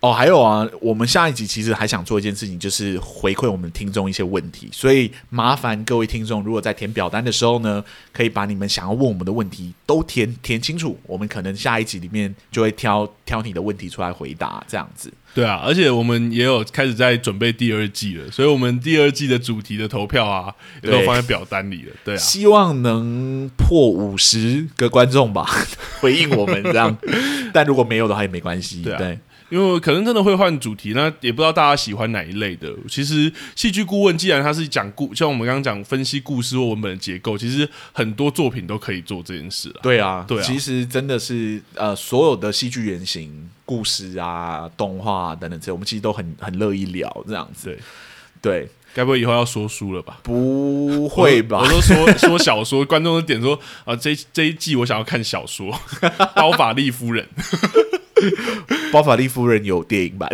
哦，还有啊，我们下一集其实还想做一件事情，就是回馈我们听众一些问题。所以麻烦各位听众，如果在填表单的时候呢，可以把你们想要问我们的问题都填填清楚，我们可能下一集里面就会挑挑你的问题出来回答，这样子。
对啊，而且我们也有开始在准备第二季了，所以我们第二季的主题的投票啊，也都
对
放在表单里了，对啊，
希望能破五十个观众吧， 回应我们这样。 但如果没有的话也没关系，
对啊
对
因为我可能真的会换主题，那也不知道大家喜欢哪一类的。其实戏剧顾问既然他是讲故，像我们刚刚讲分析故事或文本的结构，其实很多作品都可以做这件事啊。
对啊，
对啊
其实真的是呃，所有的戏剧原型、故事啊、动画、啊、等等这些，我们其实都很很乐意聊这样子。
对，
对，
该不会以后要说书了吧？
不会
我
吧？
都说说小说，观众都点说啊，这这一季我想要看小说 《包法利夫人》
包法利夫人有电影版。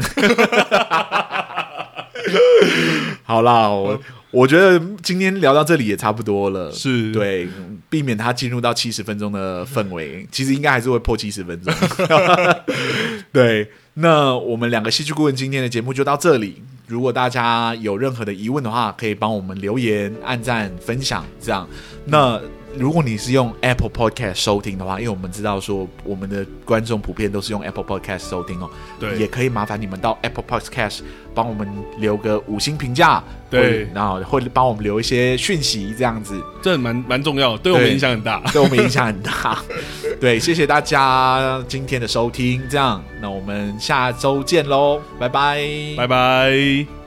好啦，我我觉得今天聊到这里也差不多了。
是，
对，嗯避免它进入到七十分钟的氛围，其实应该还是会破七十分钟。 对，那我们两个戏剧顾问今天的节目就到这里。如果大家有任何的疑问的话，可以帮我们留言、按赞、分享这样。那如果你是用 Apple Podcast 收听的话，因为我们知道说我们的观众普遍都是用 Apple Podcast 收听哦，
对
也可以麻烦你们到 Apple Podcast 帮我们留个五星评价，
对
或者然后会帮我们留一些讯息这样子。
这蛮蛮重要的，对我们影响很大。
对我们影响很大。对，谢谢大家今天的收听，这样，那我们下周见喽，拜拜，
拜拜。